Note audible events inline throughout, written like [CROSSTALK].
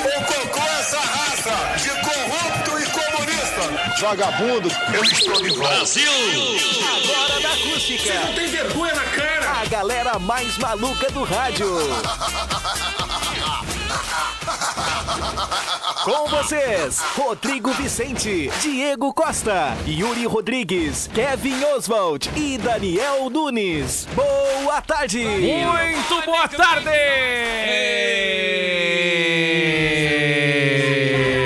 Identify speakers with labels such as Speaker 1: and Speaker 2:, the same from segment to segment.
Speaker 1: O cocô é essa raça de corrupto e comunista.
Speaker 2: Vagabundo, eu estou de volta.
Speaker 3: A galera mais maluca do rádio. Com vocês, Rodrigo Vicente, Diego Costa, Yuri Rodrigues, Kevin Oswald e Daniel Nunes. Boa tarde!
Speaker 4: Muito boa tarde!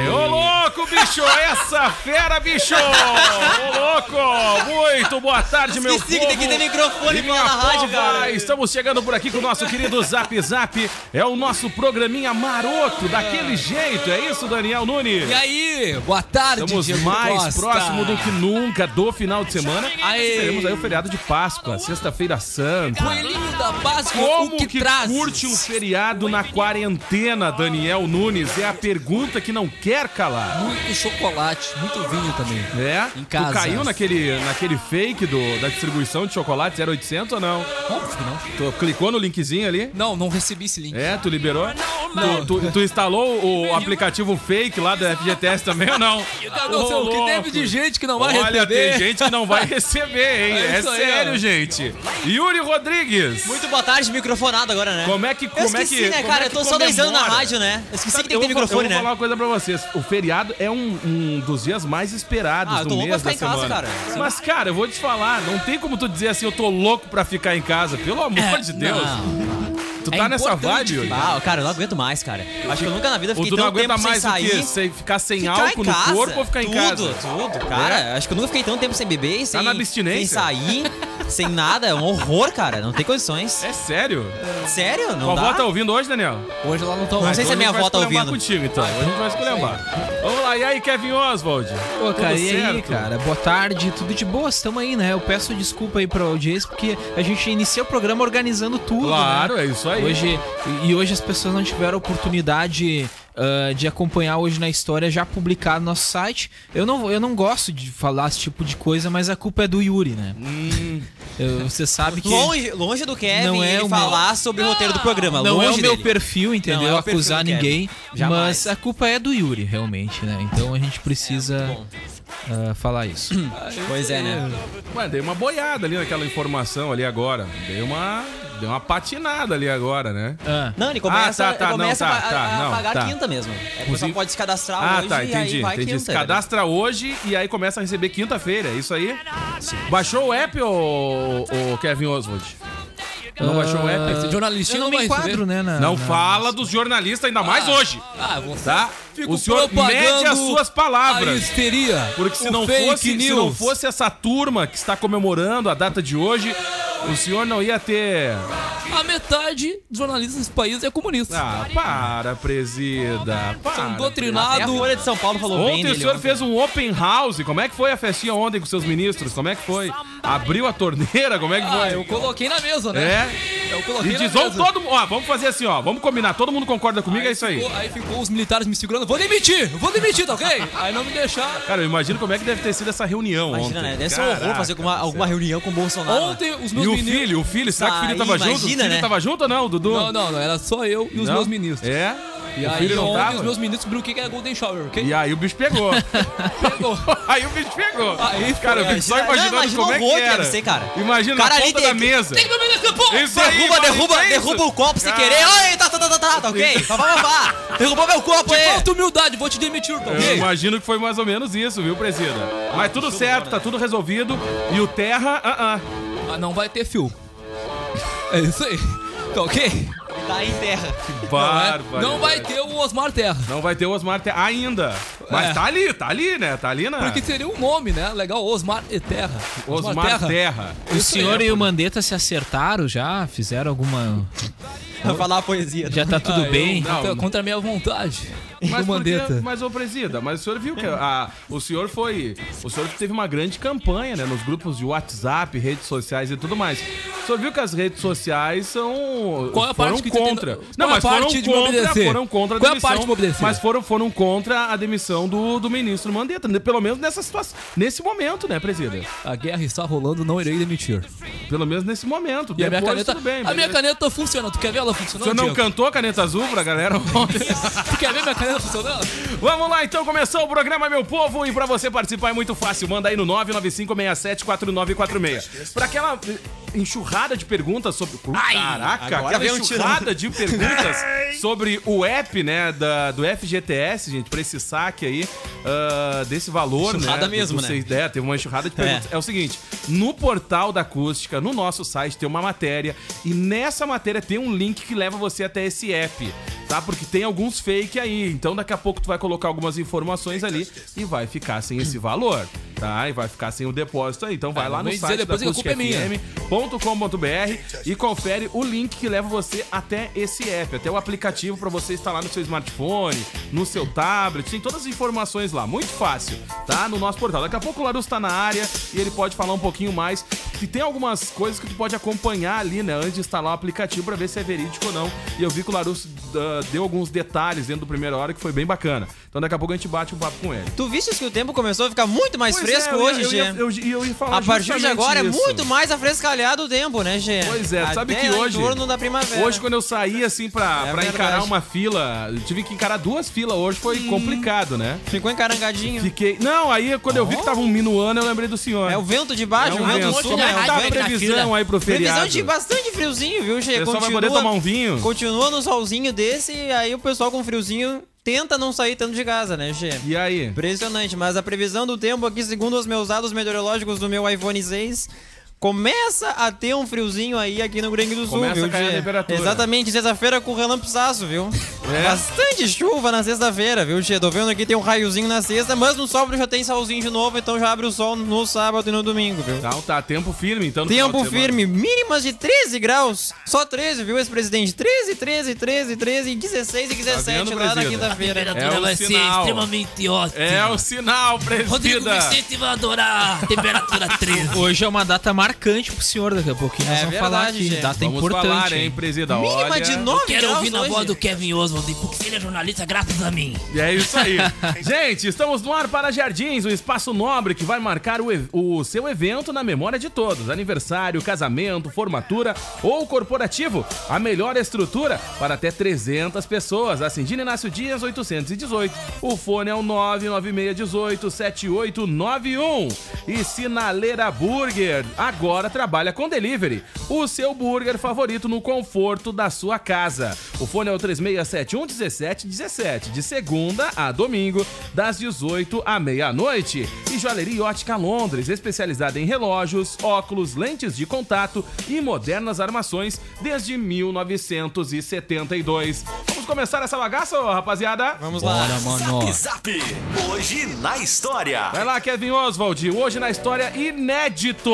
Speaker 4: Ô louco, bicho! Essa fera, bicho! Ô louco! Muito boa tarde, meu
Speaker 5: Esqueci que tem
Speaker 4: povo!
Speaker 5: que ter microfone pra
Speaker 4: Minha
Speaker 5: falar na rádio,
Speaker 4: pova,
Speaker 5: cara.
Speaker 4: Estamos chegando por aqui com o nosso querido Zap Zap. É o nosso programinha maroto, daquele jeito. É isso, Daniel Nunes?
Speaker 5: E aí, boa tarde,
Speaker 4: Estamos
Speaker 5: Diego
Speaker 4: mais
Speaker 5: Costa.
Speaker 4: próximo do que nunca do final de semana.
Speaker 5: Aê.
Speaker 4: Teremos aí o feriado de Páscoa, sexta-feira santa.
Speaker 5: Coelhinho da Páscoa,
Speaker 4: Como
Speaker 5: o
Speaker 4: que,
Speaker 5: que, traz?
Speaker 4: curte um feriado na quarentena, Daniel Nunes? É a pergunta que não quer calar.
Speaker 5: Muito chocolate, muito vinho também.
Speaker 4: É?
Speaker 5: Em casa.
Speaker 4: Tu caiu naquele, naquele fake do, da distribuição de chocolate 0800 ou não?
Speaker 5: Óbvio que não.
Speaker 4: Tu clicou no linkzinho ali?
Speaker 5: Não, não recebi esse link.
Speaker 4: É, tu liberou? Tu, tu- tu instalou o aplicativo fake lá do FGTS também ou não?
Speaker 5: Tá, Não
Speaker 6: é
Speaker 5: sei
Speaker 6: um
Speaker 4: Ô,
Speaker 5: o que teve
Speaker 4: louco.
Speaker 5: de gente que não vai
Speaker 4: Olha,
Speaker 5: receber.
Speaker 4: tem gente que não vai receber, hein?
Speaker 5: É
Speaker 4: É,
Speaker 5: isso aí,
Speaker 4: sério,
Speaker 5: ó.
Speaker 4: gente. Yuri Rodrigues.
Speaker 6: Muito boa tarde, microfonado agora, né?
Speaker 4: Como é que
Speaker 6: Eu
Speaker 4: como é
Speaker 6: esqueci,
Speaker 4: que
Speaker 6: né,
Speaker 4: como
Speaker 6: cara?
Speaker 4: é
Speaker 6: eu
Speaker 4: que
Speaker 6: tô só 10 anos na
Speaker 4: comemora?
Speaker 6: rádio, né? Eu esqueci
Speaker 4: Sabe,
Speaker 6: que tem que ter
Speaker 4: eu vou fa-
Speaker 6: microfone,
Speaker 4: eu vou falar
Speaker 6: né?
Speaker 4: uma coisa pra vocês. O feriado é um, um dos dias mais esperados
Speaker 6: Ah, eu tô
Speaker 4: do
Speaker 6: louco
Speaker 4: mês
Speaker 6: pra
Speaker 4: da
Speaker 6: ficar em
Speaker 4: semana.
Speaker 6: casa, cara. Sim.
Speaker 4: Mas, cara, eu vou te falar, não tem como tu dizer assim, eu tô louco pra ficar em casa. Pelo
Speaker 6: É,
Speaker 4: amor de Deus.
Speaker 5: Não.
Speaker 4: Tu
Speaker 5: É
Speaker 4: tá nessa
Speaker 5: importante
Speaker 4: vibe, Yuri?
Speaker 6: Ah, cara, eu não aguento mais, cara. Acho que eu nunca na vida
Speaker 4: Ou
Speaker 6: fiquei
Speaker 4: tu não
Speaker 6: tanto
Speaker 4: aguenta
Speaker 6: tempo
Speaker 4: mais
Speaker 6: sem
Speaker 4: o quê?
Speaker 6: sair.
Speaker 4: Sem ficar sem
Speaker 6: Ficar
Speaker 4: álcool
Speaker 6: em
Speaker 4: no
Speaker 6: casa,
Speaker 4: corpo ou ficar em
Speaker 6: tudo,
Speaker 4: casa?
Speaker 6: Tudo, cara.
Speaker 4: É. Tá
Speaker 6: Acho que eu nunca fiquei tanto tempo sem beber e sem,
Speaker 4: na abstinência.
Speaker 6: sem sair, sem nada. É um horror, cara. Não tem condições.
Speaker 4: É sério?
Speaker 6: Sério? Não
Speaker 4: Tua avó
Speaker 6: dá?
Speaker 4: tá ouvindo hoje, Daniel?
Speaker 5: Hoje ela não tá
Speaker 6: Não
Speaker 5: mais.
Speaker 6: sei se a minha
Speaker 4: Hoje a gente
Speaker 6: avó tá
Speaker 4: vai esculhambar
Speaker 6: ouvindo.
Speaker 4: contigo, então. Hoje a gente vai esculhambar. Vamos lá. E aí, Kevin Oswald?
Speaker 7: Pô, cara,
Speaker 4: Tudo
Speaker 7: e aí,
Speaker 4: certo?
Speaker 7: cara? Boa tarde, tudo de boa? Estamos aí, né? Eu peço desculpa aí pra audiência, porque a gente inicia o programa organizando tudo,
Speaker 4: Claro,
Speaker 7: né?
Speaker 4: é isso aí.
Speaker 7: Hoje, e hoje as pessoas não tiveram oportunidade ah, de acompanhar hoje na história já publicado no nosso site. Eu não, eu não gosto de falar esse tipo de coisa, mas a culpa é do Yuri, né? Eu- você sabe que
Speaker 6: Longe, longe do Kevin
Speaker 7: Não é
Speaker 6: ele
Speaker 7: o meu-
Speaker 6: falar sobre o
Speaker 4: Ah,
Speaker 6: roteiro do programa.
Speaker 7: não
Speaker 6: longe
Speaker 7: é o meu
Speaker 6: dele.
Speaker 7: perfil, entendeu?
Speaker 6: Não é o perfil
Speaker 7: Acusar
Speaker 6: do Kevin.
Speaker 7: ninguém.
Speaker 6: Jamais.
Speaker 7: Mas a culpa é do Yuri, realmente, né? Então a gente precisa
Speaker 6: bom.
Speaker 7: ah, falar isso.
Speaker 6: Pois é, né?
Speaker 4: Ué, dei uma boiada ali naquela informação ali agora. Dei uma, dei uma patinada ali agora, né?
Speaker 7: Ah.
Speaker 6: Não, ele começa,
Speaker 4: Ah, tá, tá,
Speaker 6: começa
Speaker 4: não, tá,
Speaker 6: a, a-
Speaker 4: tá,
Speaker 6: a
Speaker 4: não,
Speaker 6: pagar
Speaker 4: tá.
Speaker 6: quinta mesmo. É,
Speaker 4: Inclusive-
Speaker 6: pessoal pode se cadastrar
Speaker 4: Ah,
Speaker 6: hoje
Speaker 4: tá,
Speaker 6: e aí
Speaker 4: entendi.
Speaker 6: vai
Speaker 4: entendi.
Speaker 6: quinta.
Speaker 4: Se cadastra hoje e aí começa a receber quinta-feira, é isso aí? Baixou o app, ô, ô Kevin Oswald? Não baixou o app?
Speaker 5: Esse jornalista
Speaker 7: Ah, Eu
Speaker 5: não,
Speaker 7: não
Speaker 5: vai
Speaker 7: me
Speaker 5: receber.
Speaker 7: enquadro, né? na-
Speaker 4: Não
Speaker 7: na-
Speaker 4: fala dos jornalistas, ainda mais hoje,
Speaker 5: Ah, você
Speaker 4: tá?
Speaker 5: Fico
Speaker 4: o senhor
Speaker 5: propagando
Speaker 4: mede as suas
Speaker 5: a
Speaker 4: palavras.
Speaker 5: histeria.
Speaker 4: Porque se
Speaker 5: o
Speaker 4: não,
Speaker 5: fake
Speaker 4: fosse, se
Speaker 5: news.
Speaker 4: não fosse essa turma que está comemorando a data de hoje, o senhor não ia ter.
Speaker 5: A metade dos jornalistas desse país é comunista.
Speaker 4: Ah, para, presida. Para,
Speaker 5: São
Speaker 6: Até a
Speaker 5: doutrinados.
Speaker 6: Folha de São Paulo falou bem
Speaker 4: Ontem o
Speaker 6: dele
Speaker 4: senhor
Speaker 6: ontem.
Speaker 4: fez um open house. Como é que foi a festinha ontem com seus ministros? Como é que foi? Abriu a torneira? Como é que
Speaker 5: Ah,
Speaker 4: foi?
Speaker 5: eu coloquei na mesa, né?
Speaker 4: É.
Speaker 5: Eu coloquei
Speaker 4: E
Speaker 5: na
Speaker 4: diz,
Speaker 5: mesa.
Speaker 4: vamos todo mundo. Ó, vamos fazer assim, ó. Vamos combinar. Todo mundo concorda comigo, é isso aí.
Speaker 5: Ficou, aí ficou os militares me segurando. Vou demitir, vou demitir, tá ok? Aí não me deixaram.
Speaker 4: Cara, eu imagino como é que deve ter sido essa reunião
Speaker 6: Imagina,
Speaker 4: ontem.
Speaker 6: né? Deve ser um horror
Speaker 4: Caraca. é
Speaker 6: fazer alguma, alguma reunião com o Bolsonaro. né?
Speaker 5: Ontem os meus
Speaker 4: E o
Speaker 5: meninos.
Speaker 4: filho, o filho, será que o filho tava
Speaker 6: Ah,
Speaker 4: junto? o
Speaker 6: imagina,
Speaker 4: filho
Speaker 6: né?
Speaker 4: tava junto ou não, Dudu?
Speaker 5: Não, não, não. Era só eu e os
Speaker 4: Não?
Speaker 5: meus ministros.
Speaker 4: É?
Speaker 5: E
Speaker 4: o
Speaker 5: aí
Speaker 4: filho não
Speaker 5: ontem
Speaker 4: tava?
Speaker 5: os meus ministros descobriram o que que é Golden Shower, ok?
Speaker 4: E aí o bicho pegou.
Speaker 5: [LAUGHS] Pegou.
Speaker 4: aí o bicho pegou.
Speaker 5: Aí,
Speaker 4: cara, eu fico só
Speaker 6: imagina-
Speaker 4: imaginando
Speaker 6: não, imagina
Speaker 4: como
Speaker 6: o
Speaker 4: é que
Speaker 6: horror que
Speaker 4: era.
Speaker 6: deve ser, cara.
Speaker 4: Imagina
Speaker 6: Cara,
Speaker 4: na
Speaker 6: ali
Speaker 4: ponta
Speaker 6: tem-
Speaker 4: da mesa.
Speaker 5: Tem que beber nesse pão!
Speaker 4: Isso aí,
Speaker 6: Derruba,
Speaker 4: imagina
Speaker 6: derruba,
Speaker 4: isso.
Speaker 6: derruba o copo sem
Speaker 4: Cara.
Speaker 6: querer. Oi, tá, tá, tá, tá, tá,
Speaker 4: [LAUGHS]
Speaker 6: tá, ok? Pá, pá, pá, pá. Derrubou meu copo aí.
Speaker 5: Falta humildade, vou te demitir, tá
Speaker 4: Eu
Speaker 5: ok?
Speaker 4: imagino que foi mais ou menos isso, viu, presida? Mas tudo
Speaker 6: né?
Speaker 4: certo, tá tudo resolvido. E o Terra, ah, ah.
Speaker 5: Ah, não vai ter fio. [LAUGHS] É isso aí. Tá ok?
Speaker 6: Tá em terra.
Speaker 5: Não, é-
Speaker 4: Bárbaro.
Speaker 5: não vai ter o Osmar Terra.
Speaker 4: Não vai ter o Osmar Terra ainda. Mas
Speaker 5: É.
Speaker 4: tá ali, tá ali, né? Tá ali na.
Speaker 5: Porque seria um nome, né? Legal, Osmar e Terra.
Speaker 4: Osmar Terra.
Speaker 7: O
Speaker 5: Isso aí,
Speaker 7: senhor
Speaker 5: é,
Speaker 7: e o Mandetta se acertaram já? Fizeram alguma.
Speaker 6: Vou falar a poesia. né?
Speaker 7: Já tá tudo
Speaker 5: Ah, eu-
Speaker 7: bem?
Speaker 4: não.
Speaker 5: contra, contra a minha vontade.
Speaker 4: Mas,
Speaker 5: do Mandetta.
Speaker 4: porque, mas ô presida, mas o senhor viu que a- o senhor foi. O senhor teve uma grande campanha, né? Nos grupos de WhatsApp, redes sociais e tudo mais. O senhor viu que as redes sociais são.
Speaker 5: Qual é a parte
Speaker 4: foram
Speaker 5: que você
Speaker 4: contra.
Speaker 5: tem-
Speaker 4: Não,
Speaker 5: qual é a
Speaker 4: mas foram
Speaker 5: parte de me
Speaker 4: contra,
Speaker 5: obedecer?
Speaker 4: foram contra a
Speaker 5: Qual é a
Speaker 4: demissão.
Speaker 5: parte de me obedecer?
Speaker 4: Mas foram, foram contra a demissão do, do ministro Mandetta, né? pelo menos nessa situação. Nesse momento, né, presida?
Speaker 5: A guerra está rolando, não irei demitir.
Speaker 4: Pelo menos nesse momento.
Speaker 5: E a minha
Speaker 4: Depois,
Speaker 5: caneta.
Speaker 4: tudo bem,
Speaker 5: a minha
Speaker 4: beleza.
Speaker 5: caneta funciona. Tu quer ver ela
Speaker 4: O
Speaker 5: funcionando?
Speaker 4: senhor não
Speaker 5: Diego?
Speaker 4: cantou a caneta azul pra galera ontem?
Speaker 5: [LAUGHS] Tu quer ver minha caneta funcionando?
Speaker 4: Vamos lá, então começou o programa Meu Povo e pra você participar é muito fácil, manda aí no 995674946. Pra aquela eh, enxurrada de perguntas sobre, Pô, caraca, aquela enxurrada de perguntas sobre o app, né, da, do FGTS, gente, pra esse saque aí ah, desse valor,
Speaker 6: Enxurrada
Speaker 4: né?
Speaker 6: mesmo,
Speaker 4: do
Speaker 6: né?
Speaker 4: seis- é, teve uma enxurrada de perguntas. É. o seguinte: no portal da acústica, no nosso site, tem uma matéria. E nessa matéria tem um link que leva você até esse app, tá? Porque tem alguns fake aí. Então daqui a pouco tu vai colocar algumas informações ali e vai ficar sem esse valor, tá? E vai ficar sem o depósito aí. Então vai
Speaker 5: Ah,
Speaker 4: lá
Speaker 5: não
Speaker 4: no
Speaker 5: vem dizer
Speaker 4: site da
Speaker 5: depois que a culpa é minha.
Speaker 4: acústicafm.com.br e confere o link que leva você até esse app, até o aplicativo pra você instalar no seu smartphone, no seu tablet, tem todas as informações lá, muito fácil, tá? No nosso portal. Daqui a pouco o Larus tá na área e ele pode falar um pouquinho mais. E tem algumas coisas que tu pode acompanhar ali, né, antes de instalar o aplicativo pra ver se é verídico ou não. E eu vi que o Larus ah, deu alguns detalhes dentro do primeiro hora que foi bem bacana. Então daqui a pouco a gente bate um papo com ele.
Speaker 6: Tu viste que o tempo começou a ficar muito mais
Speaker 4: Pois é,
Speaker 6: fresco
Speaker 4: eu ia-
Speaker 6: hoje,
Speaker 4: eu ia-
Speaker 6: Gê?
Speaker 4: eu, ia- eu ia falar
Speaker 6: A partir de
Speaker 4: justamente
Speaker 6: agora
Speaker 4: isso.
Speaker 6: é muito mais afrescalhado o tempo, né, Gê?
Speaker 4: Pois é,
Speaker 6: Até
Speaker 4: sabe que
Speaker 6: lá
Speaker 4: hoje-
Speaker 6: Em torno da primavera.
Speaker 4: Hoje, quando eu saí, assim, pra,
Speaker 6: É
Speaker 4: pra
Speaker 6: verdade.
Speaker 4: encarar uma fila, eu tive que encarar duas filas hoje, foi complicado, né?
Speaker 6: Ficou encarangadinho.
Speaker 4: Fiquei. Não, aí quando eu vi que tava um minuano, eu lembrei do senhor.
Speaker 6: É o vento de baixo,
Speaker 4: É o
Speaker 6: o
Speaker 4: vento.
Speaker 6: vento do sul,
Speaker 4: Como é
Speaker 6: né?
Speaker 4: que tá
Speaker 6: O
Speaker 4: a
Speaker 6: vento-
Speaker 4: previsão aí pro
Speaker 6: Previsão
Speaker 4: feriado?
Speaker 6: de bastante friozinho, viu, Gê?
Speaker 4: O pessoal vai poder tomar um vinho?
Speaker 6: Continua no solzinho desse, e aí o pessoal com friozinho tenta não sair tanto de casa, né, Gê?
Speaker 4: E aí?
Speaker 6: Impressionante, mas a previsão do tempo aqui, segundo os meus dados meteorológicos do meu iPhone 6, começa a ter um friozinho aí aqui no Rio Grande do Sul,
Speaker 4: Começa
Speaker 6: viu,
Speaker 4: a cair a
Speaker 6: Gê?
Speaker 4: temperatura. É.
Speaker 6: Exatamente, sexta-feira com relâmpago, viu? Bastante chuva na sexta-feira, viu, Gê? Tô vendo aqui tem um raiozinho na sexta, mas no sábado já tem solzinho de novo, então já abre o sol no sábado e no domingo, viu?
Speaker 4: Então tá, tempo firme, então. no final
Speaker 6: Tempo
Speaker 4: de semana.
Speaker 6: firme, mínimas de 13 graus. Só 13, viu, ex-presidente? 13, 13, 13, 13, 16 e 17
Speaker 4: Tá vendo,
Speaker 6: lá na
Speaker 4: presida?
Speaker 6: quinta-feira.
Speaker 4: É um
Speaker 5: vai
Speaker 4: sinal.
Speaker 5: ser extremamente ótima.
Speaker 4: É o sinal,
Speaker 5: Rodrigo
Speaker 4: presida.
Speaker 5: Vicente vai adorar. Temperatura
Speaker 4: [LAUGHS]
Speaker 5: 13.
Speaker 7: Hoje é uma data marcante pro senhor daqui a pouquinho. Nós
Speaker 6: É
Speaker 7: vamos falar
Speaker 6: verdade,
Speaker 7: aqui.
Speaker 6: gente.
Speaker 7: Data
Speaker 4: Vamos
Speaker 7: importante.
Speaker 4: falar, hein, presida?
Speaker 6: é Mínima
Speaker 4: Olha...
Speaker 6: de 9
Speaker 5: tá. Quero
Speaker 6: graus
Speaker 5: ouvir na
Speaker 6: hoje.
Speaker 5: voz do Kevin Oswald, porque ele é jornalista graças a mim.
Speaker 4: E é isso aí. Gente, estamos no ar para Jardins, um espaço nobre que vai marcar o, e- o seu evento na memória de todos. Aniversário, casamento, formatura ou corporativo. A melhor estrutura para até 300 pessoas. Ascendina Inácio Dias, 818. O fone é o 996187891. E Sinaleira Burger agora trabalha com delivery. O seu burger favorito no conforto da sua casa. O fone é o 3671 1717, de segunda a domingo, das 18 à meia-noite. E Joalheria e Ótica Londres, especializada em relógios, óculos, lentes de contato e modernas armações desde 1972. Vamos começar essa bagaça, ô, rapaziada?
Speaker 6: Vamos lá.
Speaker 8: Zap, zap. Hoje na história.
Speaker 4: Vai lá, Kevin Oswald, hoje na história inédito.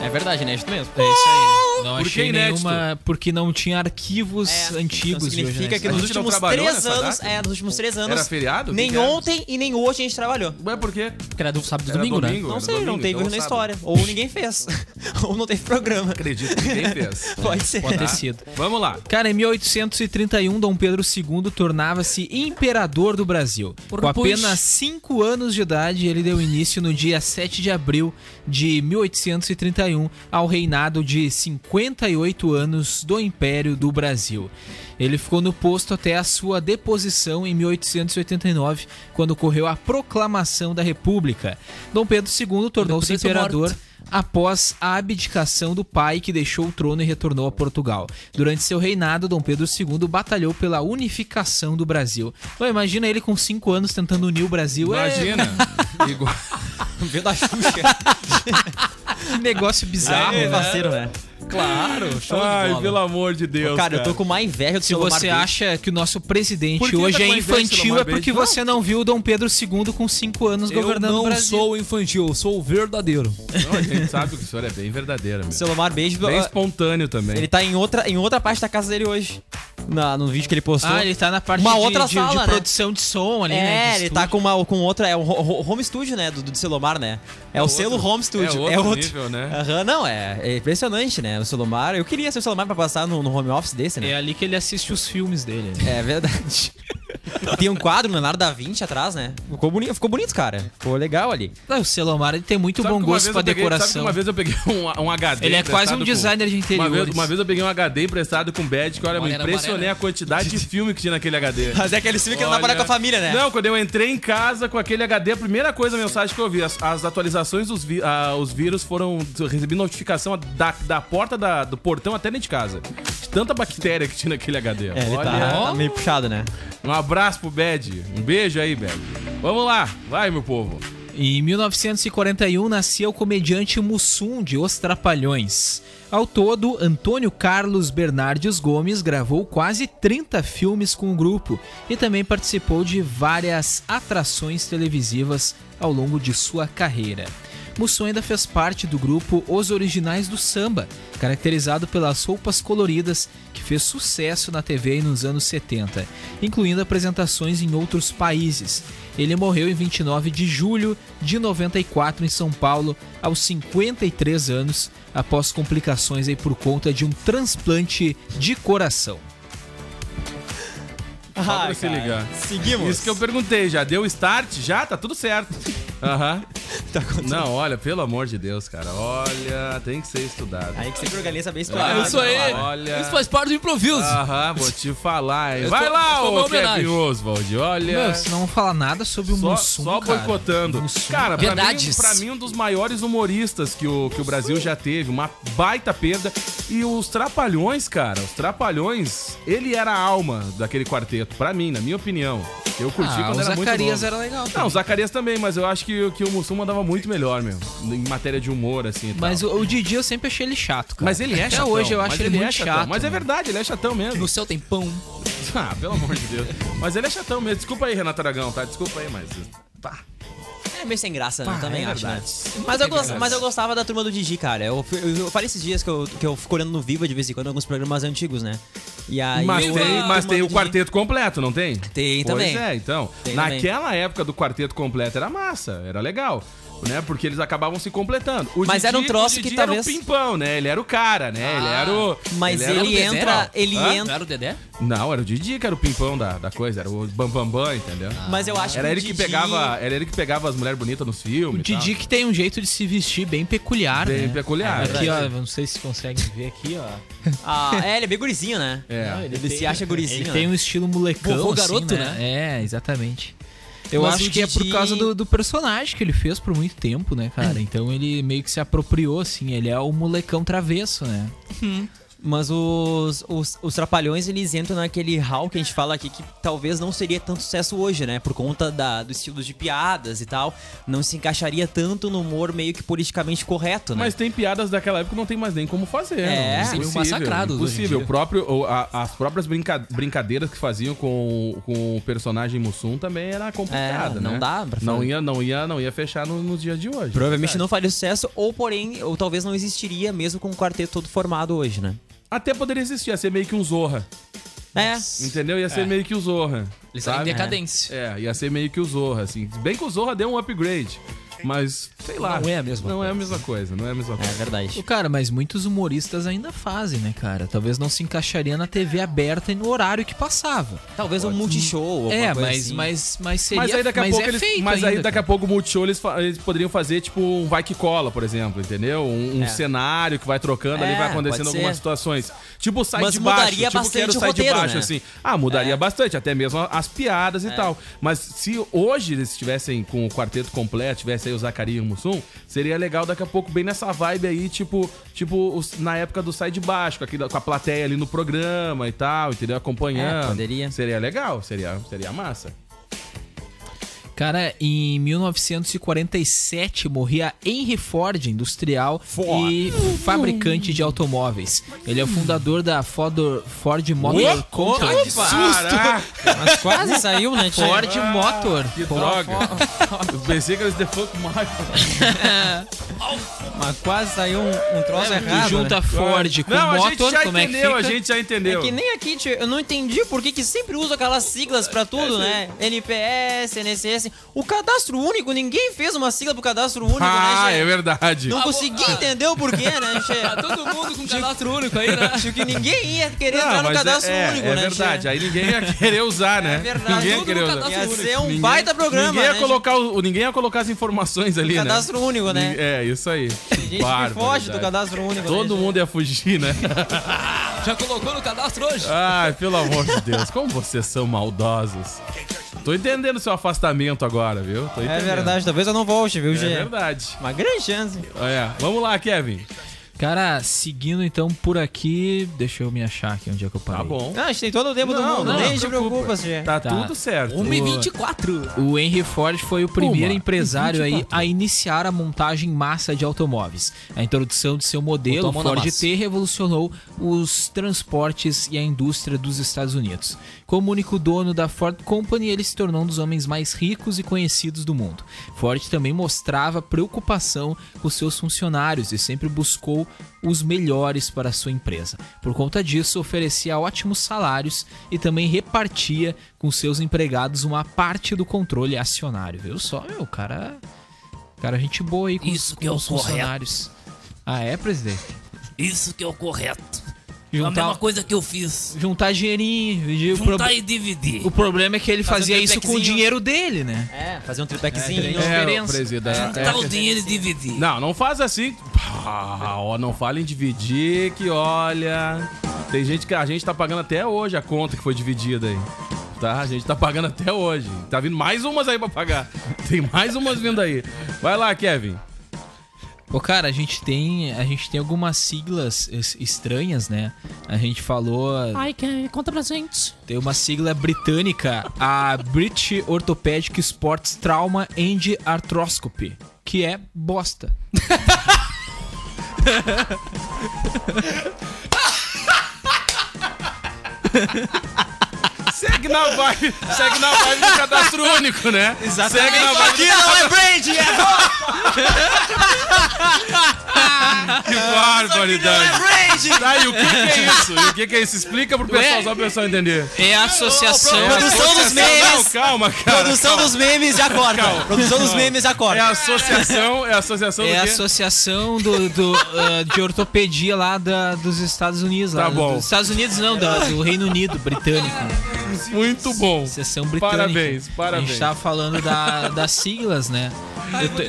Speaker 6: É verdade, né? Isso mesmo.
Speaker 7: É isso aí. Não
Speaker 4: Por que
Speaker 7: achei
Speaker 4: inédito?
Speaker 7: nenhuma. Porque não tinha arquivos
Speaker 4: é
Speaker 6: assim,
Speaker 7: antigos de hoje.
Speaker 6: É, então significa
Speaker 7: né?
Speaker 6: que
Speaker 4: A
Speaker 6: nos
Speaker 4: gente não
Speaker 6: últimos
Speaker 4: trabalhou
Speaker 6: três
Speaker 4: nessa
Speaker 6: anos,
Speaker 4: data?
Speaker 6: é, nos últimos três anos,
Speaker 4: Era feriado? O que
Speaker 6: nem
Speaker 4: que era?
Speaker 6: ontem e nem hoje a gente trabalhou.
Speaker 4: Ué, por quê?
Speaker 5: Porque era do sábado e
Speaker 4: É Era
Speaker 5: domingo, né?
Speaker 4: domingo,
Speaker 6: Não
Speaker 4: era
Speaker 6: sei, não
Speaker 4: domingo,
Speaker 6: teve
Speaker 4: então
Speaker 6: hoje na
Speaker 4: sábado.
Speaker 6: história. Ou ninguém fez.
Speaker 4: [LAUGHS]
Speaker 6: Ou não teve programa.
Speaker 4: Acredito que ninguém fez.
Speaker 6: [LAUGHS] Pode ser.
Speaker 7: Pode ter sido.
Speaker 4: Vamos lá.
Speaker 7: Cara, em 1831, Dom Pedro II tornava-se imperador do Brasil.
Speaker 5: Por
Speaker 7: Com
Speaker 5: pois.
Speaker 7: apenas 5 anos de idade, ele deu início no dia 7 de abril de 1831 ao reinado de 58 anos do Império do Brasil. Ele ficou no posto até a sua deposição em 1889, quando ocorreu a proclamação da República. Dom Pedro II tornou-se
Speaker 5: Depois eu
Speaker 7: imperador
Speaker 5: morto.
Speaker 7: após a abdicação do pai que deixou o trono e retornou a Portugal. Durante seu reinado, Dom Pedro II batalhou pela unificação do Brasil. Pô, imagina ele com 5 anos tentando unir o Brasil.
Speaker 4: Imagina. Igual-
Speaker 6: Vê da Xuxa.
Speaker 7: É que negócio bizarro.
Speaker 6: é,
Speaker 7: né?
Speaker 6: parceiro, né? Claro, show de
Speaker 4: Ai,
Speaker 6: bola.
Speaker 4: pelo amor de Deus.
Speaker 6: Cara, eu tô com uma inveja do
Speaker 7: Se você acha que o nosso
Speaker 4: Por
Speaker 7: presidente
Speaker 4: que tá
Speaker 7: hoje
Speaker 4: com
Speaker 7: é
Speaker 4: a inveja,
Speaker 7: infantil,
Speaker 4: Silomar
Speaker 7: é porque
Speaker 4: Bento?
Speaker 7: você não viu o Dom Pedro II com 5 anos
Speaker 5: Eu
Speaker 7: governando o
Speaker 5: não
Speaker 7: Brasil.
Speaker 5: sou infantil, eu sou o verdadeiro.
Speaker 4: Não, a gente sabe que o senhor é bem verdadeiro, meu.
Speaker 6: Celomar, beijo.
Speaker 4: Bem
Speaker 6: Ah,
Speaker 4: espontâneo também.
Speaker 6: Ele tá em outra, em outra parte da casa dele hoje. na- no vídeo que ele postou.
Speaker 7: Ah, ele tá na parte
Speaker 6: Então, Uma
Speaker 7: de,
Speaker 6: outra
Speaker 7: de-
Speaker 6: sala,
Speaker 7: de
Speaker 6: né?
Speaker 7: produção de som ali,
Speaker 6: é,
Speaker 7: né? de
Speaker 6: ele tá
Speaker 7: estúdio.
Speaker 6: com, uma, com outra. É o ho- ho- home studio, né? Do, do Celomar, né? É, o selo home studio.
Speaker 4: é outro nível, né?
Speaker 6: Aham, não, é, é impressionante, né? O Celomar. Eu queria ser o Celomar pra passar no, no home office desse,
Speaker 7: É
Speaker 6: né?
Speaker 7: ali que ele assiste os filmes dele. né?
Speaker 6: É, verdade. [LAUGHS] Tem um quadro, Leonardo da Vinci atrás, né? Ficou bonito, ficou bonito, cara. Ficou legal ali.
Speaker 7: Ah, O Selomar ele tem muito
Speaker 4: Sabe
Speaker 7: bom
Speaker 4: que uma
Speaker 7: gosto
Speaker 4: vez
Speaker 7: pra
Speaker 4: eu peguei- sabe que
Speaker 7: decoração.
Speaker 4: uma vez eu peguei um, um HD.
Speaker 7: Ele é
Speaker 4: emprestado
Speaker 7: quase um
Speaker 4: com-
Speaker 7: designer de
Speaker 4: Uma vez,
Speaker 7: interiores.
Speaker 4: uma vez eu peguei um HD emprestado com bad, que olha, me
Speaker 5: Morena,
Speaker 4: impressionei
Speaker 5: morena.
Speaker 4: a quantidade de filme que tinha naquele
Speaker 7: [LAUGHS]
Speaker 4: HD.
Speaker 6: Mas é aquele filme que ele trabalha
Speaker 4: Olha.
Speaker 6: com a
Speaker 7: É,
Speaker 6: família, né?
Speaker 4: Não, quando eu entrei em casa com aquele HD, a primeira coisa, a mensagem que eu vi, as, as atualizações, os, vi- ah, os vírus foram. eu Recebi notificação da, da porta da- do portão até dentro de casa. De tanta bactéria que tinha naquele HD.
Speaker 6: É, ele tá, tá meio puxado, né?
Speaker 4: Um abraço pro Bad. Um beijo aí, Bad. Vamos lá, vai, meu povo.
Speaker 7: Em 1941 nascia um o comediante Mussum de Os Trapalhões. Ao todo, Antônio Carlos Bernardes Gomes gravou quase 30 filmes com o grupo e também participou de várias atrações televisivas ao longo de sua carreira. Mussum ainda fez parte do grupo Os Originais do Samba, caracterizado pelas roupas coloridas que fez sucesso na TV nos anos 70, incluindo apresentações em outros países. Ele morreu em 29 de julho de 94 em São Paulo, aos 53 anos, após complicações aí por conta de um transplante de coração.
Speaker 4: Só pra se
Speaker 6: cara.
Speaker 4: ligar.
Speaker 6: Seguimos.
Speaker 4: Isso que eu perguntei já. Deu start? Já? Tá
Speaker 5: [LAUGHS]
Speaker 4: tudo certo. Aham.
Speaker 5: Tá
Speaker 4: Não, olha, pelo amor de Deus, cara. Olha, tem que ser estudado.
Speaker 6: Aí que sempre organiza bem
Speaker 5: Ah,
Speaker 6: explorado.
Speaker 4: Ah,
Speaker 5: eu sou
Speaker 4: não,
Speaker 5: ele.
Speaker 4: olha. Ah,
Speaker 5: Isso faz parte do improviso.
Speaker 4: Aham, vou te falar, hein?
Speaker 5: Eu
Speaker 4: Vai
Speaker 5: tô- eu
Speaker 4: lá,
Speaker 5: tô uma
Speaker 4: ô
Speaker 5: homenagem. é
Speaker 4: Kevin Oswald. Olha.
Speaker 7: Meu, você não fala nada sobre o
Speaker 4: é.
Speaker 5: um
Speaker 4: Só,
Speaker 7: Mussum,
Speaker 4: só
Speaker 7: cara.
Speaker 4: boicotando.
Speaker 7: Mussum.
Speaker 4: Cara, pra mim,
Speaker 5: Verdades.
Speaker 4: pra mim, um dos maiores humoristas que o, que o Brasil já teve. Uma baita perda. E os Trapalhões, cara, os Trapalhões, ele era a alma daquele quarteto. Pra mim, na minha opinião. Eu curti
Speaker 7: ah,
Speaker 4: quando
Speaker 7: o
Speaker 4: era muito
Speaker 7: Zacarias
Speaker 4: novo.
Speaker 7: era legal.
Speaker 4: Não, o Zacarias também, mas eu acho que, que o Mussum mandava muito melhor, meu. Em matéria de humor, assim. e tal.
Speaker 7: Mas o, o Didi eu sempre achei ele chato, cara.
Speaker 4: Mas ele é
Speaker 7: Até
Speaker 4: chatão.
Speaker 7: hoje eu acho
Speaker 4: mas
Speaker 7: ele,
Speaker 4: é
Speaker 7: muito
Speaker 4: chatão.
Speaker 7: chato.
Speaker 4: Mas é
Speaker 7: né?
Speaker 4: verdade, ele é chatão mesmo. [LAUGHS]
Speaker 5: No céu tem pão.
Speaker 4: Ah, pelo amor de Deus. Mas ele é chatão mesmo. Desculpa aí, Renato Aragão, tá? Desculpa aí, mas. Pá.
Speaker 6: É meio sem graça, né?
Speaker 7: Pá,
Speaker 6: Eu também
Speaker 7: é
Speaker 6: acho, né?
Speaker 7: verdade.
Speaker 6: Mas eu, gosto- mas eu gostava da turma do Didi, cara. Eu, eu, eu falei esses dias que eu, que eu fico olhando no Viva de vez em quando alguns programas antigos, né? E aí.
Speaker 4: Mas
Speaker 6: eu-
Speaker 4: tem,
Speaker 6: a
Speaker 4: mas
Speaker 6: turma
Speaker 4: tem
Speaker 6: do
Speaker 4: o
Speaker 6: Didi-
Speaker 4: quarteto completo, não tem?
Speaker 6: Tem
Speaker 4: pois
Speaker 6: também.
Speaker 4: é, então.
Speaker 6: Tem
Speaker 4: naquela época do quarteto completo era massa, era legal. Né? Porque eles acabavam se completando. O
Speaker 6: Mas era um troço
Speaker 4: o
Speaker 6: que
Speaker 4: Didi
Speaker 6: talvez- Ah,
Speaker 4: era o pimpão, né? Ele era o cara, né? ele era o.
Speaker 6: Mas
Speaker 4: era
Speaker 6: ele
Speaker 4: o-
Speaker 5: Dedé,
Speaker 6: entra.
Speaker 5: não?
Speaker 6: Ele
Speaker 4: Hã?
Speaker 5: Não
Speaker 6: entra.
Speaker 5: era o Dedé?
Speaker 4: Não, era o Didi que era o pimpão da, da coisa, era o Bambambam, bam, bam, entendeu?
Speaker 6: Mas eu Ah, acho
Speaker 4: Era
Speaker 6: que o
Speaker 4: ele que
Speaker 6: Didi-
Speaker 4: pegava. Era ele que pegava as mulheres bonitas nos filmes.
Speaker 7: O
Speaker 4: e tal.
Speaker 7: Didi que tem um jeito de se vestir bem peculiar,
Speaker 4: Bem
Speaker 7: né?
Speaker 4: peculiar,
Speaker 7: Aqui,
Speaker 4: é
Speaker 7: ó, não sei se consegue ver aqui, ó.
Speaker 6: Ah, é, ele é bem gurizinho, né?
Speaker 4: É.
Speaker 6: Ele, se acha gurizinho.
Speaker 7: Ele
Speaker 6: né?
Speaker 7: tem um estilo molecão,
Speaker 5: Vovô
Speaker 7: assim,
Speaker 5: garoto,
Speaker 7: É, exatamente. Eu
Speaker 6: Mas
Speaker 7: acho
Speaker 6: o
Speaker 7: que é por
Speaker 6: Didi-
Speaker 7: causa do, do personagem que ele fez por muito tempo, né, cara? Então ele meio que se apropriou, assim. Ele é o molecão travesso, né?
Speaker 6: Mas os, os, os trapalhões, eles entram naquele hall que a gente fala aqui que talvez não seria tanto sucesso hoje, né? Por conta da, do estilo de piadas e tal. Não se encaixaria tanto no humor meio que politicamente correto, né?
Speaker 4: Mas tem piadas daquela época que não tem mais nem como fazer.
Speaker 6: É,
Speaker 4: não.
Speaker 5: seriam
Speaker 4: Impossível,
Speaker 5: massacrados hoje em
Speaker 4: Impossível.
Speaker 5: dia.
Speaker 4: O próprio, o- a- as próprias brinca- brincadeiras que faziam com, com o personagem Mussum também era complicada,
Speaker 6: É, não
Speaker 4: né?
Speaker 6: dá pra
Speaker 4: não
Speaker 6: fazer.
Speaker 4: ia, não ia, não ia fechar no- nos dias de hoje.
Speaker 6: Provavelmente não faria sucesso, ou porém, ou talvez não existiria mesmo com o quarteto todo formado hoje, né?
Speaker 4: Até poderia existir, ia ser meio que um Zorra.
Speaker 6: É.
Speaker 4: Entendeu? Ia ser meio que o Zorra.
Speaker 5: Eles eram em
Speaker 4: sabe?
Speaker 5: decadência.
Speaker 4: É, ia ser meio que o Zorra, assim. Bem que o Zorra deu um upgrade. Mas, sei
Speaker 7: Ah,
Speaker 4: lá.
Speaker 7: um
Speaker 5: Não é a mesma
Speaker 4: Não é a
Speaker 5: coisa.
Speaker 4: mesma coisa, não é a mesma
Speaker 6: É
Speaker 4: coisa.
Speaker 6: verdade.
Speaker 7: Cara, mas muitos humoristas ainda fazem, né, cara? Talvez não se encaixaria na TV aberta e no horário que passava.
Speaker 6: Talvez um multishow ou
Speaker 7: é,
Speaker 6: alguma coisa
Speaker 7: mas,
Speaker 6: assim.
Speaker 7: mas, mas seria...
Speaker 4: mas aí daqui a pouco
Speaker 7: é
Speaker 4: eles,
Speaker 7: feito
Speaker 4: mas aí
Speaker 7: ainda,
Speaker 4: daqui a pouco o Multishow eles, fa- eles poderiam fazer tipo um vai que cola, por exemplo, entendeu? Um, um
Speaker 6: É.
Speaker 4: cenário que vai trocando ali,
Speaker 6: É,
Speaker 4: vai acontecendo
Speaker 6: pode ser.
Speaker 4: algumas situações. Tipo sai
Speaker 6: Mas
Speaker 4: de baixo,
Speaker 6: mudaria
Speaker 4: tipo
Speaker 6: bastante
Speaker 4: quero
Speaker 6: o
Speaker 4: sai de
Speaker 6: roteiro,
Speaker 4: baixo
Speaker 6: né?
Speaker 4: assim. Ah, mudaria
Speaker 6: É.
Speaker 4: bastante, até mesmo as piadas e tal. Mas se hoje eles estivessem com o quarteto completo, tivesse aí o Zacarias e o Mussum, seria legal daqui a pouco bem nessa vibe aí, tipo, tipo os- na época do sai de baixo, com aquele- com a plateia ali no programa e tal, entendeu? Acompanhando.
Speaker 6: É, poderia.
Speaker 4: Seria legal, seria, seria massa.
Speaker 7: Cara, em 1947 morria Henry Ford, industrial e fabricante de automóveis. Ele é o fundador da Ford, Ford Motor Company.
Speaker 4: Caraca!
Speaker 6: Mas quase saiu, né, tio?
Speaker 7: Ford Motor.
Speaker 4: Que droga! Eu pensei que era o The Funk Michael.
Speaker 6: Mas quase saiu um, um troço errado.
Speaker 7: Tu É, junta Ford com motor,
Speaker 4: já
Speaker 7: como é que
Speaker 4: entendeu,
Speaker 7: fica?
Speaker 4: a gente já
Speaker 6: né?
Speaker 4: entendeu.
Speaker 6: É que nem aqui, tio, eu não entendi por que, que sempre usa aquelas siglas pra tudo, né? NPS, NSS. O cadastro único, ninguém fez uma sigla pro cadastro único,
Speaker 4: Ah, é
Speaker 6: né, gente?
Speaker 4: verdade.
Speaker 6: Não consegui entender o porquê, né,
Speaker 5: Tá
Speaker 6: Che?
Speaker 5: todo mundo com cadastro único aí, né?
Speaker 6: Acho que ninguém ia querer
Speaker 4: Não,
Speaker 6: entrar no
Speaker 4: mas
Speaker 6: cadastro
Speaker 4: é,
Speaker 6: único,
Speaker 4: é
Speaker 6: né,
Speaker 4: verdade.
Speaker 6: Che?
Speaker 4: Aí ninguém ia querer usar, né?
Speaker 6: É verdade.
Speaker 4: Ninguém ia
Speaker 6: Todo
Speaker 4: querer
Speaker 5: no
Speaker 4: usar.
Speaker 5: cadastro
Speaker 6: Ia
Speaker 5: único.
Speaker 6: ser um baita programa,
Speaker 4: ninguém ia
Speaker 6: né,
Speaker 4: colocar o, ninguém ia colocar as informações ali,
Speaker 6: gente?
Speaker 4: né?
Speaker 6: Cadastro único, né?
Speaker 4: Ninguém- É, isso aí.
Speaker 6: Tem gente que
Speaker 4: Bárbaro,
Speaker 6: foge do
Speaker 4: verdade.
Speaker 6: cadastro único.
Speaker 4: Todo
Speaker 6: né,
Speaker 4: mundo ia fugir, né?
Speaker 5: [LAUGHS] Já colocou no cadastro hoje?
Speaker 4: Ai, pelo amor de Deus, como vocês são maldosos. Tô entendendo seu afastamento agora, viu? Tô
Speaker 6: gente? É
Speaker 4: entendendo.
Speaker 6: verdade, talvez eu não volte, viu,
Speaker 4: É
Speaker 6: Che?
Speaker 4: verdade.
Speaker 6: Uma grande chance.
Speaker 4: É, vamos lá, Kevin.
Speaker 7: Cara, seguindo então por aqui, deixa eu me achar aqui onde é que eu parei.
Speaker 4: Tá bom.
Speaker 6: Não, a gente tem todo o tempo do
Speaker 4: Não,
Speaker 6: mundo,
Speaker 4: não,
Speaker 6: nem
Speaker 4: não
Speaker 6: se preocupa, Che.
Speaker 4: Tá,
Speaker 7: Tá.
Speaker 4: tudo certo.
Speaker 5: 1h24.
Speaker 7: O Henry Ford foi o primeiro
Speaker 4: Uma
Speaker 7: empresário aí a iniciar a montagem em massa de automóveis. A introdução de seu
Speaker 5: Botou
Speaker 7: modelo
Speaker 5: a mão na
Speaker 7: Ford
Speaker 5: massa.
Speaker 7: T revolucionou os transportes e a indústria dos Estados Unidos. Como único dono da Ford Company, ele se tornou um dos homens mais ricos e conhecidos do mundo. Ford também mostrava preocupação com seus funcionários e sempre buscou os melhores para a sua empresa. Por conta disso, oferecia ótimos salários e também repartia com seus empregados uma parte do controle acionário. Viu só, meu, o cara. o Cara, é gente boa aí com,
Speaker 5: Isso
Speaker 7: os-
Speaker 5: que
Speaker 7: com
Speaker 5: é o
Speaker 7: os
Speaker 5: correto.
Speaker 7: funcionários. Ah, é, presidente?
Speaker 5: Isso que é o correto. É A
Speaker 7: Juntar,
Speaker 5: mesma coisa que eu fiz.
Speaker 7: juntar dinheirinho. e o
Speaker 5: Juntar
Speaker 7: prob-
Speaker 5: e dividir.
Speaker 7: O problema é que ele
Speaker 6: Fazer
Speaker 7: fazia
Speaker 6: um
Speaker 7: isso com o
Speaker 6: triplequezinho.
Speaker 7: dinheiro dele, né?
Speaker 6: É, fazer um tripackzinho.
Speaker 7: É,
Speaker 4: É, o
Speaker 7: diferença.
Speaker 4: presidente.
Speaker 5: Juntar o dinheiro e dividir.
Speaker 4: Não, não faz assim. Ah, ó, não falem dividir, que olha. Tem gente que a gente tá pagando até hoje a conta que foi dividida aí. Tá? A gente tá pagando até hoje. Tá vindo mais umas aí pra pagar. Tem mais umas vindo aí. Vai lá, Kevin.
Speaker 7: Ô, cara, a gente tem, a gente tem algumas siglas es- estranhas, né? A gente falou. Ai, conta pra gente. Tem uma sigla britânica, a British Orthopedic Sports Trauma and Arthroscopy, que é bosta.
Speaker 4: [LAUGHS] Segue na vibe, segue na vibe do cadastro único, né? Exatamente. Segue na vibe do
Speaker 9: Não é brand, é
Speaker 4: Que barbaridade.
Speaker 9: brand!
Speaker 4: Tá, e o que, que é isso? E o que, que é isso? Explica pro pessoal, só pro pessoal entender.
Speaker 7: É a associação.
Speaker 6: Produção dos
Speaker 4: Não,
Speaker 6: memes!
Speaker 4: calma, cara.
Speaker 6: Produção dos memes já corta! Produção dos memes já
Speaker 4: É
Speaker 6: corta!
Speaker 4: a associação, é a associação
Speaker 7: É a
Speaker 4: do quê?
Speaker 7: associação do, do, ah, de ortopedia lá da- dos Estados Unidos. Lá,
Speaker 4: Tá
Speaker 7: do-
Speaker 4: bom.
Speaker 7: Dos Estados Unidos não, da- do, Reino Unido, britânico.
Speaker 4: Muito bom.
Speaker 7: Sessão britânica.
Speaker 4: Parabéns,
Speaker 7: A
Speaker 4: parabéns.
Speaker 7: gente tava falando da, das siglas, né? Eu tô,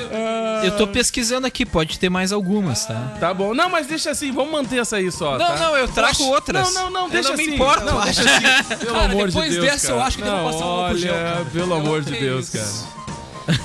Speaker 7: eu tô pesquisando aqui, pode ter mais algumas, tá?
Speaker 4: Tá bom. Não, mas deixa assim, vamos manter essa aí só. tá?
Speaker 7: eu trago outras.
Speaker 4: Não, não, não, deixa
Speaker 7: eu não
Speaker 4: assim.
Speaker 7: me importo.
Speaker 4: Não, deixa assim. [LAUGHS] Pelo
Speaker 5: Cara,
Speaker 4: amor de Deus.
Speaker 5: depois dessa eu
Speaker 4: cara.
Speaker 5: acho que eu vou passar uma
Speaker 4: olha,
Speaker 5: álcool gel, cara.
Speaker 4: pelo amor de
Speaker 5: que
Speaker 4: Deus,
Speaker 5: isso.
Speaker 4: cara.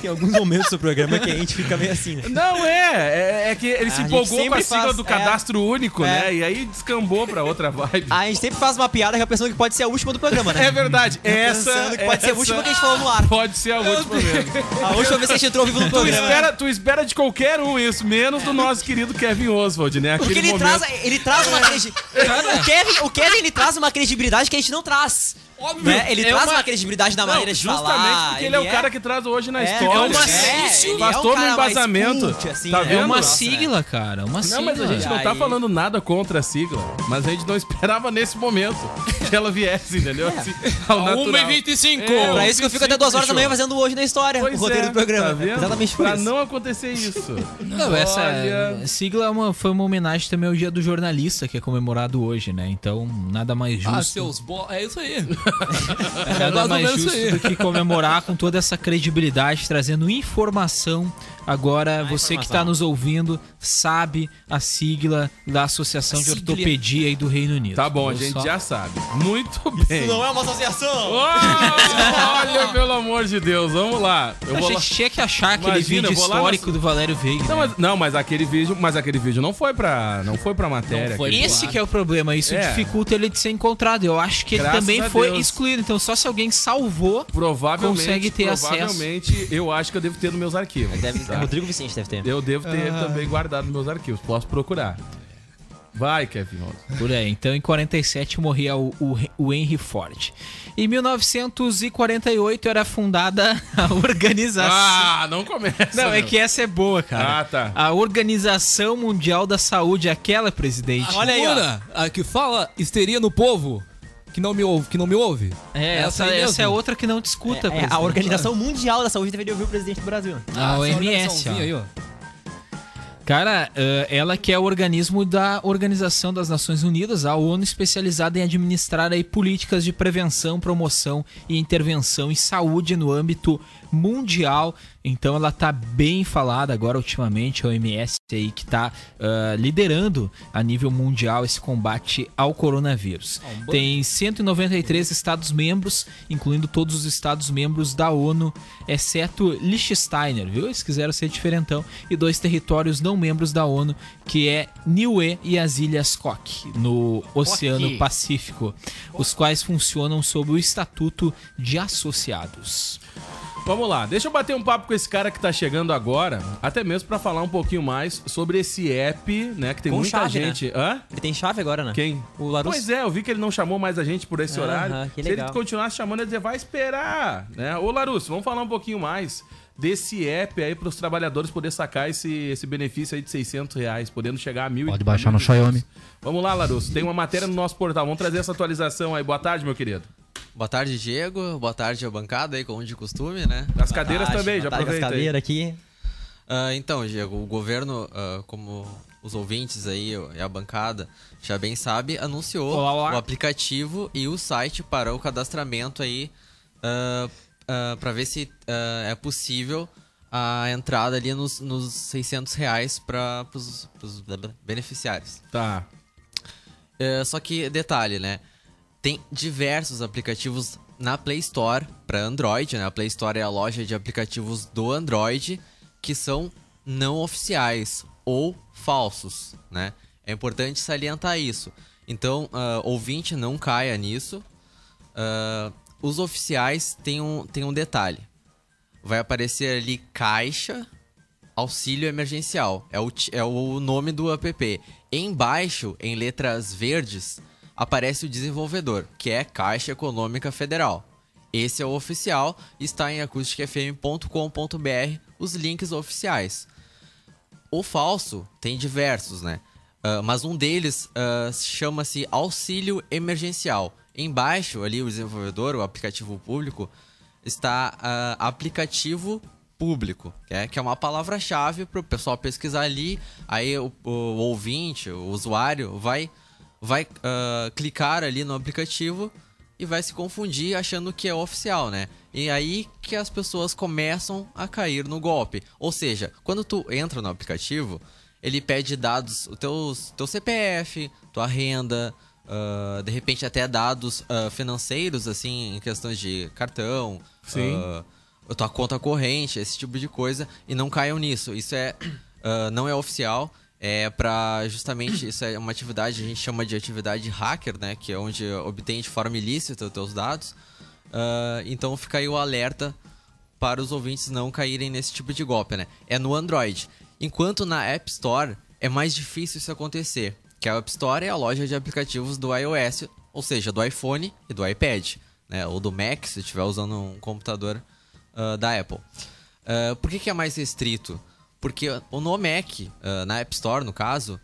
Speaker 6: Tem alguns momentos do programa que a gente fica meio assim, né?
Speaker 4: Não é, é, é que ele se
Speaker 6: A gente
Speaker 4: empolgou com a
Speaker 6: sempre
Speaker 4: sigla
Speaker 6: faz-
Speaker 4: do
Speaker 6: é.
Speaker 4: cadastro único,
Speaker 6: É.
Speaker 4: né? E aí descambou pra outra vibe.
Speaker 6: A gente sempre faz uma piada com a pessoa que pode ser a última do programa, né?
Speaker 4: [LAUGHS] É verdade, essa
Speaker 6: Pensando que pode ser a
Speaker 4: essa
Speaker 6: última que a gente falou no ar.
Speaker 4: Pode ser a última mesmo.
Speaker 6: A última vez que a gente entrou ao vivo no
Speaker 4: Tu
Speaker 6: programa.
Speaker 4: espera, tu espera de qualquer um isso, menos do nosso querido Kevin Oswald, né?
Speaker 6: Porque ele traz, ele traz uma credibilidade. O Kevin, o Kevin ele traz uma credibilidade que a gente não traz.
Speaker 5: Óbvio.
Speaker 6: Né? Ele
Speaker 4: um
Speaker 7: é
Speaker 6: traz
Speaker 7: uma-
Speaker 6: uma... credibilidade na
Speaker 4: Não,
Speaker 6: maneira de
Speaker 4: justamente
Speaker 6: falar.
Speaker 4: porque ele é o cara que traz hoje na
Speaker 6: É,
Speaker 4: história.
Speaker 6: é uma-
Speaker 4: né?
Speaker 6: é, ele
Speaker 4: Faz
Speaker 6: é um
Speaker 4: todo um
Speaker 6: cara mais
Speaker 4: embasamento.
Speaker 6: cult, assim,
Speaker 4: tá
Speaker 6: né?
Speaker 4: vendo?
Speaker 7: É uma
Speaker 6: Nossa,
Speaker 7: sigla, cara, uma sigla.
Speaker 4: Não, mas a gente não tá
Speaker 6: Aí-
Speaker 4: falando nada contra a sigla, mas a gente não esperava nesse momento [LAUGHS] que ela viesse, entendeu?
Speaker 6: É.
Speaker 4: Assim, ao natural.
Speaker 5: 1h25.
Speaker 4: É,
Speaker 6: Pra isso que eu fico até duas horas da manhã fazendo hoje na história,
Speaker 4: Pois
Speaker 6: o
Speaker 4: é,
Speaker 6: roteiro do programa.
Speaker 4: tá vendo?
Speaker 6: Exatamente por
Speaker 4: Pra
Speaker 6: isso.
Speaker 4: não acontecer isso.
Speaker 7: Não, Tipo, essa
Speaker 4: Olha.
Speaker 7: sigla é uma- foi uma homenagem também ao Dia do Jornalista, que é comemorado hoje, né? Então, nada mais
Speaker 5: Ah,
Speaker 7: justo.
Speaker 5: seus bo... É isso
Speaker 7: [LAUGHS]
Speaker 5: aí. [LAUGHS] É
Speaker 7: Nada
Speaker 5: mais ou
Speaker 7: mais
Speaker 5: menos isso
Speaker 7: justo
Speaker 5: aí.
Speaker 7: do que comemorar com toda essa credibilidade, trazendo informação. Agora,
Speaker 5: Ah,
Speaker 7: você que
Speaker 6: informação.
Speaker 7: está nos ouvindo sabe a sigla da Associação de
Speaker 5: sigla.
Speaker 7: Ortopedia aí do Reino Unido.
Speaker 4: Tá bom, a
Speaker 7: Eu
Speaker 4: gente
Speaker 7: só-
Speaker 4: já sabe. Muito bem.
Speaker 6: é uma associação!
Speaker 4: Oh, olha, pelo amor de Deus, vamos lá. Eu
Speaker 7: A
Speaker 4: vou lá.
Speaker 7: gente tinha que achar aquele
Speaker 4: Imagina, eu
Speaker 7: vídeo
Speaker 4: vou lá
Speaker 7: histórico
Speaker 4: na-
Speaker 7: do Valério Veiga.
Speaker 4: Não,
Speaker 7: né?
Speaker 4: mas, não, mas aquele vídeo, mas aquele vídeo não foi pra, não foi pra matéria.
Speaker 5: foi.
Speaker 4: aquele-
Speaker 7: Esse que é o problema, isso
Speaker 4: É.
Speaker 7: dificulta ele de ser encontrado. Eu acho que ele
Speaker 4: Graças
Speaker 7: também
Speaker 4: a
Speaker 7: foi
Speaker 4: Deus.
Speaker 7: excluído. Então, só se alguém salvou.
Speaker 4: Provavelmente,
Speaker 7: Consegue ter acesso.
Speaker 4: provavelmente, eu acho que eu devo ter nos meus arquivos.
Speaker 6: Deve,
Speaker 4: tá?
Speaker 6: Rodrigo Vicente deve ter.
Speaker 7: Ah.
Speaker 4: Eu devo ter também guardado nos meus arquivos, posso procurar. Vai, Kevin Rose.
Speaker 7: Por aí. Então, em 47 morria o, o, o Henry Ford. Em 1948 era fundada [LAUGHS] a organização.
Speaker 4: Ah, não começa.
Speaker 7: Tá Não, é
Speaker 4: meu.
Speaker 7: que essa é boa, cara.
Speaker 4: Ah, tá.
Speaker 7: A Organização Mundial da Saúde, aquela, presidente.
Speaker 10: Ah,
Speaker 11: Olha aí, a que fala histeria no povo que não me ouve, que não me ouve.
Speaker 7: É, essa,
Speaker 11: aí
Speaker 7: essa
Speaker 11: mesmo.
Speaker 7: é outra que não discuta,
Speaker 10: É, a Organização Mundial da Saúde deveria ouvir o presidente do Brasil.
Speaker 7: A
Speaker 11: Essa
Speaker 7: OMS,
Speaker 11: organizaçãozinha
Speaker 7: ó.
Speaker 11: aí, ó.
Speaker 7: Cara, eh, ela que é o organismo da Organização das Nações Unidas, a ONU especializada em administrar aí políticas de prevenção, promoção e intervenção em saúde no âmbito mundial. Então ela tá bem falada agora ultimamente, a OMS aí que tá ah, liderando a nível mundial esse combate ao coronavírus.
Speaker 12: Ah, um
Speaker 7: Tem 193 estados-membros, incluindo todos os estados-membros da ONU, exceto Liechtenstein, viu? Eles quiseram ser diferentão. E dois territórios não-membros da ONU, que é Niue e as Ilhas Cook, no Oceano Pacífico, os quais funcionam sob o Estatuto de Associados.
Speaker 4: Vamos lá, deixa eu bater um papo com esse cara que tá chegando agora, até mesmo pra falar um pouquinho mais sobre esse app, né, que tem
Speaker 10: Com
Speaker 4: muita
Speaker 10: chave, né?
Speaker 4: gente, hã?
Speaker 10: Ele tem chave agora, né?
Speaker 4: Quem?
Speaker 10: O Larus.
Speaker 4: Pois é, eu vi que ele não chamou mais a gente por esse
Speaker 10: Aham,
Speaker 4: horário.
Speaker 10: que
Speaker 4: Se ele
Speaker 10: legal.
Speaker 4: continuasse chamando, eu ia dizer, vai esperar, né? Ô, Larusso, vamos falar um pouquinho mais desse app aí para os trabalhadores poder sacar esse, esse benefício aí de 600 reais, podendo chegar a mil. Pode baixar no Xiaomi. Vamos lá, Larusso, tem uma matéria no nosso portal, vamos trazer essa atualização aí. Boa tarde, meu querido.
Speaker 6: Boa tarde, Diego. Boa tarde, a bancada aí, como de costume, né?
Speaker 4: As cadeiras
Speaker 10: Fantástico,
Speaker 4: também, já
Speaker 10: fantástico.
Speaker 4: aproveita
Speaker 10: As
Speaker 4: aí.
Speaker 10: cadeiras aqui.
Speaker 6: Ah, então, Diego, o governo, ah, como os ouvintes aí e a bancada já bem sabe, anunciou
Speaker 7: Olá, olá.
Speaker 6: o aplicativo e o site para o
Speaker 13: [LAUGHS]
Speaker 6: cadastramento aí para ver se ah, é possível a entrada ali nos, nos 600 reais para os beneficiários.
Speaker 4: Tá.
Speaker 6: É, só que detalhe, né? Tem diversos aplicativos na Play Store para Android, né? A Play Store é a loja de aplicativos do Android que são não oficiais ou falsos, né? É importante salientar isso. Então, ah, ouvinte, não caia nisso. Ah, os oficiais têm um, têm um detalhe. Vai aparecer ali caixa, Auxílio emergencial é o, ti- é o nome do app. Embaixo, em letras verdes, aparece o desenvolvedor, que é Caixa Econômica Federal. Esse é o oficial, está em acusticfm.com.br, os links oficiais. O falso tem diversos, né? Ah, mas um deles ah, chama-se auxílio emergencial. Embaixo, ali, o desenvolvedor, o aplicativo público, está ah, aplicativo público, que é, que é uma palavra-chave para o pessoal pesquisar ali. Aí o, o ouvinte, o usuário, vai, vai ah, clicar ali no aplicativo e vai se confundir achando que é oficial, né? E aí que as pessoas começam a cair no golpe. Ou seja, quando tu entra no aplicativo, ele pede dados, o teu, teu CPF, tua renda, ah, de repente até dados ah, financeiros, assim, em questões de cartão,
Speaker 4: Sim.
Speaker 6: ah, tua conta corrente, esse tipo de coisa, e não caiam nisso. Isso é [CLEARS THROAT] ah, não é oficial, é para justamente isso é uma atividade a gente chama de atividade hacker, né, que é onde obtém de forma ilícita os teus dados. Ah, então fica aí o alerta para os ouvintes não caírem nesse tipo de golpe, né? É no Android. Enquanto na App Store é mais difícil isso acontecer, que a App Store é a loja de aplicativos do iOS, ou seja, do iPhone e do iPad, né? Ou do Mac, se estiver usando um computador ah, da Apple. Ah, por que, que é mais restrito? Porque o no Mac, ah, na App Store no caso,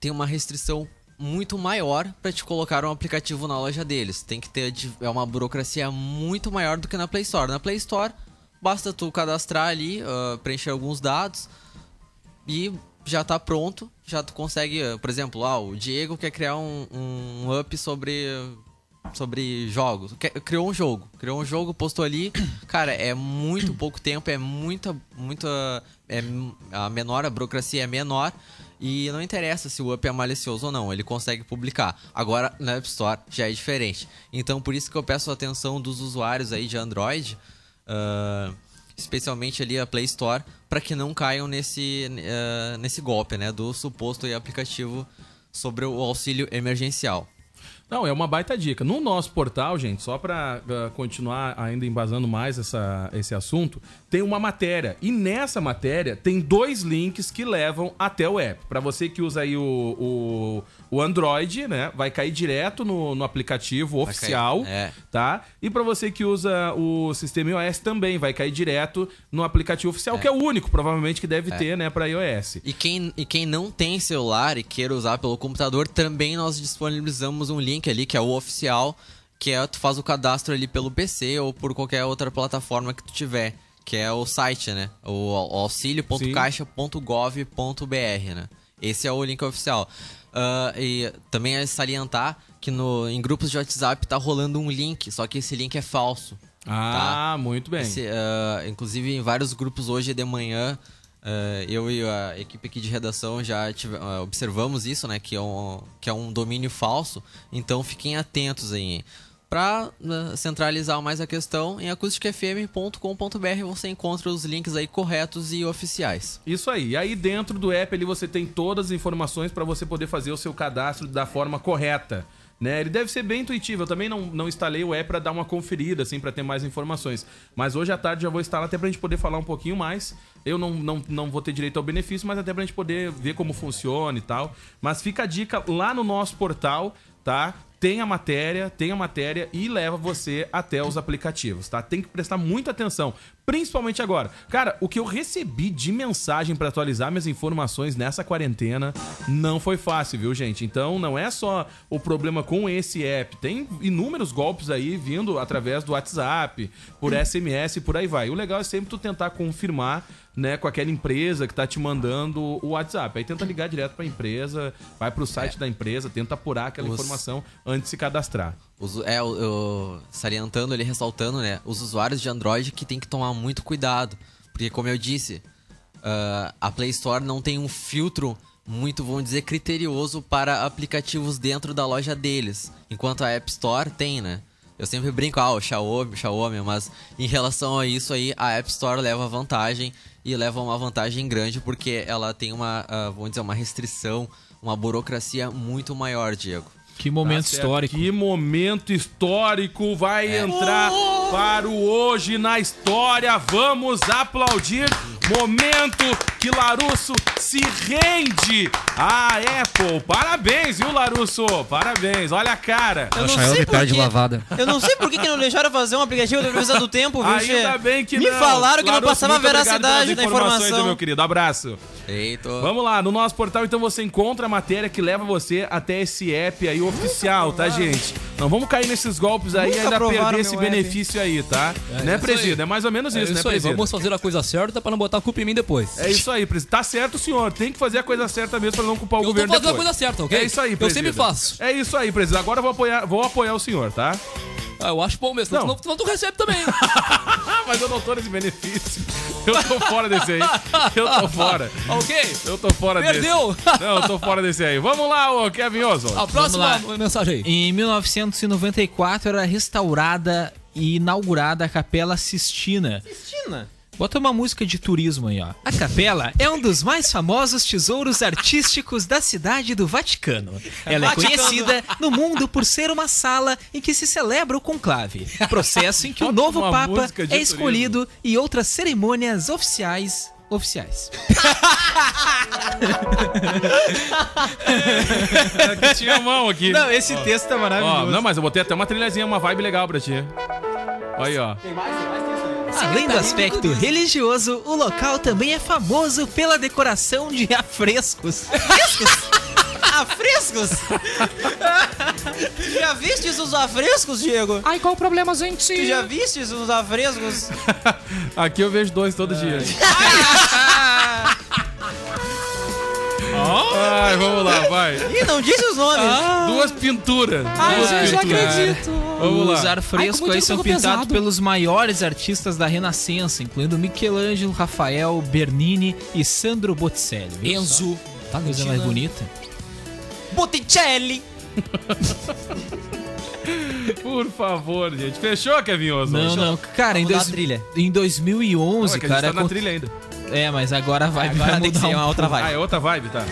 Speaker 6: tem uma restrição muito maior para te colocar um aplicativo na loja deles. Tem que ter de- é uma burocracia muito maior do que na Play Store. Na Play Store basta tu cadastrar ali, ah, preencher alguns dados e já tá pronto. Já tu consegue, ah, por exemplo, ah, o Diego quer criar um, um up sobre sobre jogos. Que- Criou um jogo, criou um jogo, postou ali. [COUGHS] Cara, é muito pouco tempo, é muita, muita, é m- a menor a burocracia é menor e não interessa se o up é malicioso ou não, ele consegue publicar. Agora na App Store já é diferente. Então por isso que eu peço a atenção dos usuários aí de Android. ah, especialmente ali a Play Store, para que não caiam nesse, eh, nesse golpe, né, do suposto aí aplicativo sobre o auxílio emergencial.
Speaker 4: Não, é uma baita dica. No nosso portal, gente, só pra ah, continuar ainda embasando mais essa, esse assunto, tem uma matéria. E nessa matéria tem dois links que levam até o app. Pra você que usa aí o, o, o Android, né? Vai cair direto no, no aplicativo oficial,
Speaker 6: é.
Speaker 4: tá? E pra você que usa o sistema iOS também, vai cair direto no aplicativo oficial, que é o único, provavelmente, que deve ter, né, pra iOS.
Speaker 6: E quem, e quem não tem celular e queira usar pelo computador, também nós disponibilizamos um link ali, que é o oficial, que é tu faz o cadastro ali pelo PC ou por qualquer outra plataforma que tu tiver, que é o site, né? O au- auxilio.caixa.gov.br, né? Esse é o link oficial. Ah, e também é salientar que no, em grupos de WhatsApp tá rolando um link, só que esse link é falso.
Speaker 4: Ah, muito bem.
Speaker 6: Esse, ah, inclusive, em vários grupos hoje de manhã, ah, eu e a equipe aqui de redação já tive- ah, observamos isso, né? Que é, um, que é um domínio falso. Então, fiquem atentos aí. Para centralizar mais a questão, em acusticfm.com.br você encontra os links aí corretos e oficiais.
Speaker 4: Isso aí. E aí dentro do app ali você tem todas as informações para você poder fazer o seu cadastro da forma correta. Né? Ele deve ser bem intuitivo. Eu também não, não instalei o app para dar uma conferida, assim, para ter mais informações. Mas hoje à tarde já vou instalar até pra gente poder falar um pouquinho mais. Eu não, não, não vou ter direito ao benefício, mas até pra gente poder ver como funciona e tal. Mas fica a dica lá no nosso portal, tá? Tem a matéria, tem a matéria e leva você até os aplicativos, tá? Tem que prestar muita atenção, principalmente agora. Cara, o que eu recebi de mensagem pra atualizar minhas informações nessa quarentena não foi fácil, viu, gente? Então não é só o problema com esse app, tem inúmeros golpes aí vindo através do WhatsApp, por SMS e por aí vai. O legal é sempre tu tentar confirmar né, com aquela empresa que tá te mandando o WhatsApp. Aí tenta ligar direto pra empresa, vai pro site da empresa, tenta apurar aquela
Speaker 6: Os-
Speaker 4: informação antes de se cadastrar. Tá
Speaker 6: Os, é, eu, salientando ele, ressaltando, né? Os usuários de Android que tem que tomar muito cuidado. Porque, como eu disse, ah, a Play Store não tem um filtro muito, vamos dizer, criterioso para aplicativos dentro da loja deles. Enquanto a App Store tem, né? Eu sempre brinco, ah, o Xiaomi, Xiaomi, mas em relação a isso aí, a App Store leva vantagem e leva uma vantagem grande porque ela tem uma, ah, vamos dizer, uma restrição, uma burocracia muito maior, Diego.
Speaker 7: Que momento
Speaker 4: Tá certo.
Speaker 7: histórico.
Speaker 4: Que momento histórico vai
Speaker 14: É.
Speaker 4: entrar para o hoje na história. Vamos aplaudir. Momento que Larusso se rende à Apple. Parabéns, viu, Larusso? Parabéns. Olha a cara.
Speaker 14: Eu não
Speaker 15: Xiaomi
Speaker 14: sei por
Speaker 15: perde
Speaker 14: quê.
Speaker 15: lavada.
Speaker 14: Eu não sei por que, que não deixaram fazer um aplicativo da previsão do tempo, viu, Che?
Speaker 4: Ainda bem que
Speaker 14: Me
Speaker 4: não.
Speaker 14: falaram que não
Speaker 4: Larusso,
Speaker 14: passava a
Speaker 4: muito obrigado
Speaker 14: veracidade
Speaker 4: pelas
Speaker 14: da
Speaker 4: informações,
Speaker 14: informação.
Speaker 4: Meu querido, abraço.
Speaker 6: Eita!
Speaker 4: Vamos lá, no nosso portal então você encontra a matéria que leva você até esse app aí oficial, tá, gente? Não vamos cair nesses golpes aí e
Speaker 14: Nunca
Speaker 4: ainda
Speaker 14: aprovaram
Speaker 4: perder esse
Speaker 14: meu app.
Speaker 4: benefício aí, tá? né,
Speaker 12: isso
Speaker 4: Presida?
Speaker 12: aí.
Speaker 4: É mais ou menos
Speaker 12: É
Speaker 4: isso,
Speaker 12: isso
Speaker 4: né,
Speaker 12: aí,
Speaker 4: Presida?
Speaker 12: vamos fazer a coisa certa pra não botar a culpa em mim depois.
Speaker 4: É isso aí, Presida. Tá certo, senhor. Tem que fazer a coisa certa mesmo pra não culpar o
Speaker 12: Eu tô
Speaker 4: governo
Speaker 12: fazendo a
Speaker 4: depois.
Speaker 12: coisa certa, ok?
Speaker 4: É isso aí,
Speaker 12: Eu
Speaker 4: Presida.
Speaker 12: sempre faço.
Speaker 4: É isso aí, Presida. Agora eu vou apoiar, vou apoiar o senhor, tá?
Speaker 12: Ah, eu acho bom mesmo,
Speaker 4: Não.
Speaker 12: senão, senão tu recebe também.
Speaker 4: Ah, mas eu não tô nesse benefício. Eu tô fora desse aí. Eu tô fora.
Speaker 12: ok?
Speaker 4: Eu tô fora
Speaker 12: Perdeu.
Speaker 4: desse. Não, eu tô fora desse aí. Vamos lá, ô Kevin Oswald.
Speaker 12: A próxima
Speaker 7: Vamos
Speaker 12: mensagem aí.
Speaker 7: [LAUGHS] Em 1994 era restaurada e inaugurada a Capela Sistina.
Speaker 14: Cristina.
Speaker 7: Bota uma música de turismo aí, ó. A capela é um dos mais famosos tesouros artísticos da cidade do Vaticano. Ela é conhecida no mundo por ser uma sala em que se celebra o conclave, processo em que o
Speaker 4: Bota
Speaker 7: novo
Speaker 4: uma
Speaker 7: papa
Speaker 4: música de
Speaker 7: é escolhido e outras cerimônias oficiais oficiais.
Speaker 4: Aqui tinha mão aqui.
Speaker 7: Não, esse texto tá
Speaker 4: Ó,
Speaker 7: maravilhoso.
Speaker 4: não, mas eu botei até uma trilhazinha, uma vibe legal pra ti. Aí, ó.
Speaker 7: Além do aspecto religioso, o local também é famoso pela decoração de afrescos. [LAUGHS]
Speaker 14: Afrescos? já vistes os afrescos, Diego? Ai, qual o problema, gente? Tu já vistes os afrescos?
Speaker 4: Aqui eu vejo dois todo
Speaker 7: É.
Speaker 4: dia.
Speaker 7: [LAUGHS]
Speaker 4: Ai, vamos lá, vai.
Speaker 14: Ih, não disse os nomes.
Speaker 7: Ah.
Speaker 4: Duas pinturas. Duas pinturas. Vamos
Speaker 7: Os
Speaker 4: lá.
Speaker 7: afrescos aí são pintados pelos maiores artistas da Renascença, incluindo Michelangelo, Rafael, Bernini e Sandro Botticelli. viu só?
Speaker 12: Enzo.
Speaker 7: Tá coisa mais bonita.
Speaker 14: Botticelli.
Speaker 4: Por favor, gente. Fechou, Kevin Oswald?
Speaker 7: Não,
Speaker 4: Fechou.
Speaker 7: não, cara, em,
Speaker 14: Vamos
Speaker 7: dois-
Speaker 14: dar a trilha.
Speaker 7: em 2011,
Speaker 4: Não, é que a gente
Speaker 7: cara.
Speaker 4: tá na
Speaker 7: acon-
Speaker 4: trilha ainda.
Speaker 7: É, mas agora vai,
Speaker 14: Agora
Speaker 7: vai
Speaker 14: tem que
Speaker 7: mudar
Speaker 14: ser
Speaker 7: um
Speaker 14: uma outra
Speaker 4: Ah,
Speaker 14: vibe.
Speaker 4: é outra vibe, tá.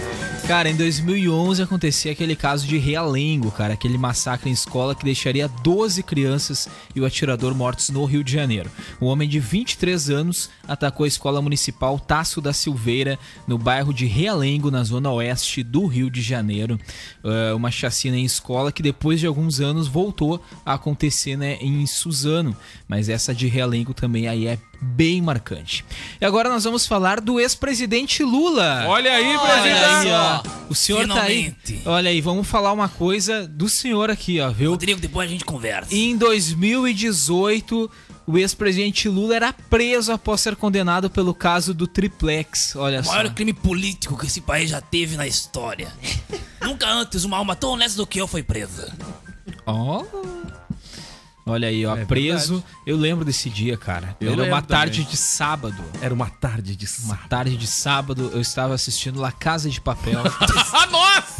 Speaker 7: Cara, em 2011 acontecia aquele caso de Realengo, cara, aquele massacre em escola que deixaria 12 crianças e o atirador mortos no Rio de Janeiro. Um homem de 23 anos atacou a escola municipal Tasso da Silveira, no bairro de Realengo, na zona oeste do Rio de Janeiro. Ah, uma chacina em escola que depois de alguns anos voltou a acontecer né, em Suzano, mas essa de Realengo também aí é bem marcante. E agora nós vamos falar do ex-presidente Lula.
Speaker 4: Olha aí,
Speaker 7: Olha
Speaker 4: presidente.
Speaker 7: aí, ó. O senhor tá aí.
Speaker 13: Finalmente.
Speaker 7: Olha aí, vamos falar uma coisa do senhor aqui, ó, viu?
Speaker 13: Rodrigo, depois a gente conversa.
Speaker 7: Em 2018, o ex-presidente Lula era preso após ser condenado pelo caso do triplex. Olha
Speaker 13: O
Speaker 7: só.
Speaker 13: maior crime político que esse país já teve na história. Nunca antes uma alma tão honesta é do que eu foi presa.
Speaker 7: Ó. Olha aí, ó,
Speaker 4: É
Speaker 7: preso.
Speaker 4: verdade.
Speaker 7: Eu lembro desse dia, cara.
Speaker 4: Eu
Speaker 7: era uma
Speaker 4: lembro
Speaker 7: tarde
Speaker 4: também.
Speaker 7: de sábado.
Speaker 4: Era uma tarde de
Speaker 7: Uma tarde de sábado, eu estava assistindo La Casa de [LAUGHS] Papel.
Speaker 4: Ah, nossa!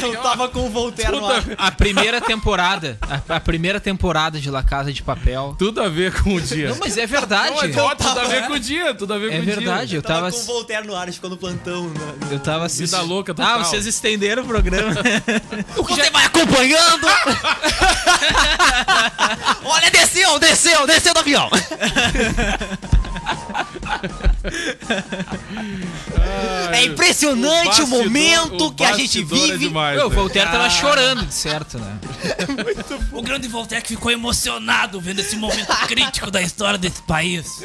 Speaker 6: Eu tava com o Voltaire no ar.
Speaker 7: a primeira temporada. A, a primeira temporada de La Casa de Papel.
Speaker 4: Tudo a ver com o dia.
Speaker 7: Não, mas é verdade.
Speaker 4: Não, mas ó, tudo a ver com o dia, tudo a ver
Speaker 7: É
Speaker 4: com o dia.
Speaker 7: verdade, eu tava,
Speaker 6: Tava com o Voltaire no ar, ficou no plantão. né?
Speaker 7: eu tava assistindo.
Speaker 4: Vida louca
Speaker 7: Ah,
Speaker 4: total.
Speaker 7: vocês estenderam o programa.
Speaker 13: Você vai acompanhando!
Speaker 16: Olha, desceu, desceu, desceu do avião.
Speaker 4: É
Speaker 16: impressionante o momento que a gente vive.
Speaker 4: demais,
Speaker 7: Meu, o
Speaker 4: né?
Speaker 7: Voltaire tava chorando, de certo, né?
Speaker 13: O grande Voltaire que ficou emocionado vendo
Speaker 6: [LAUGHS]
Speaker 13: esse momento crítico da história desse país.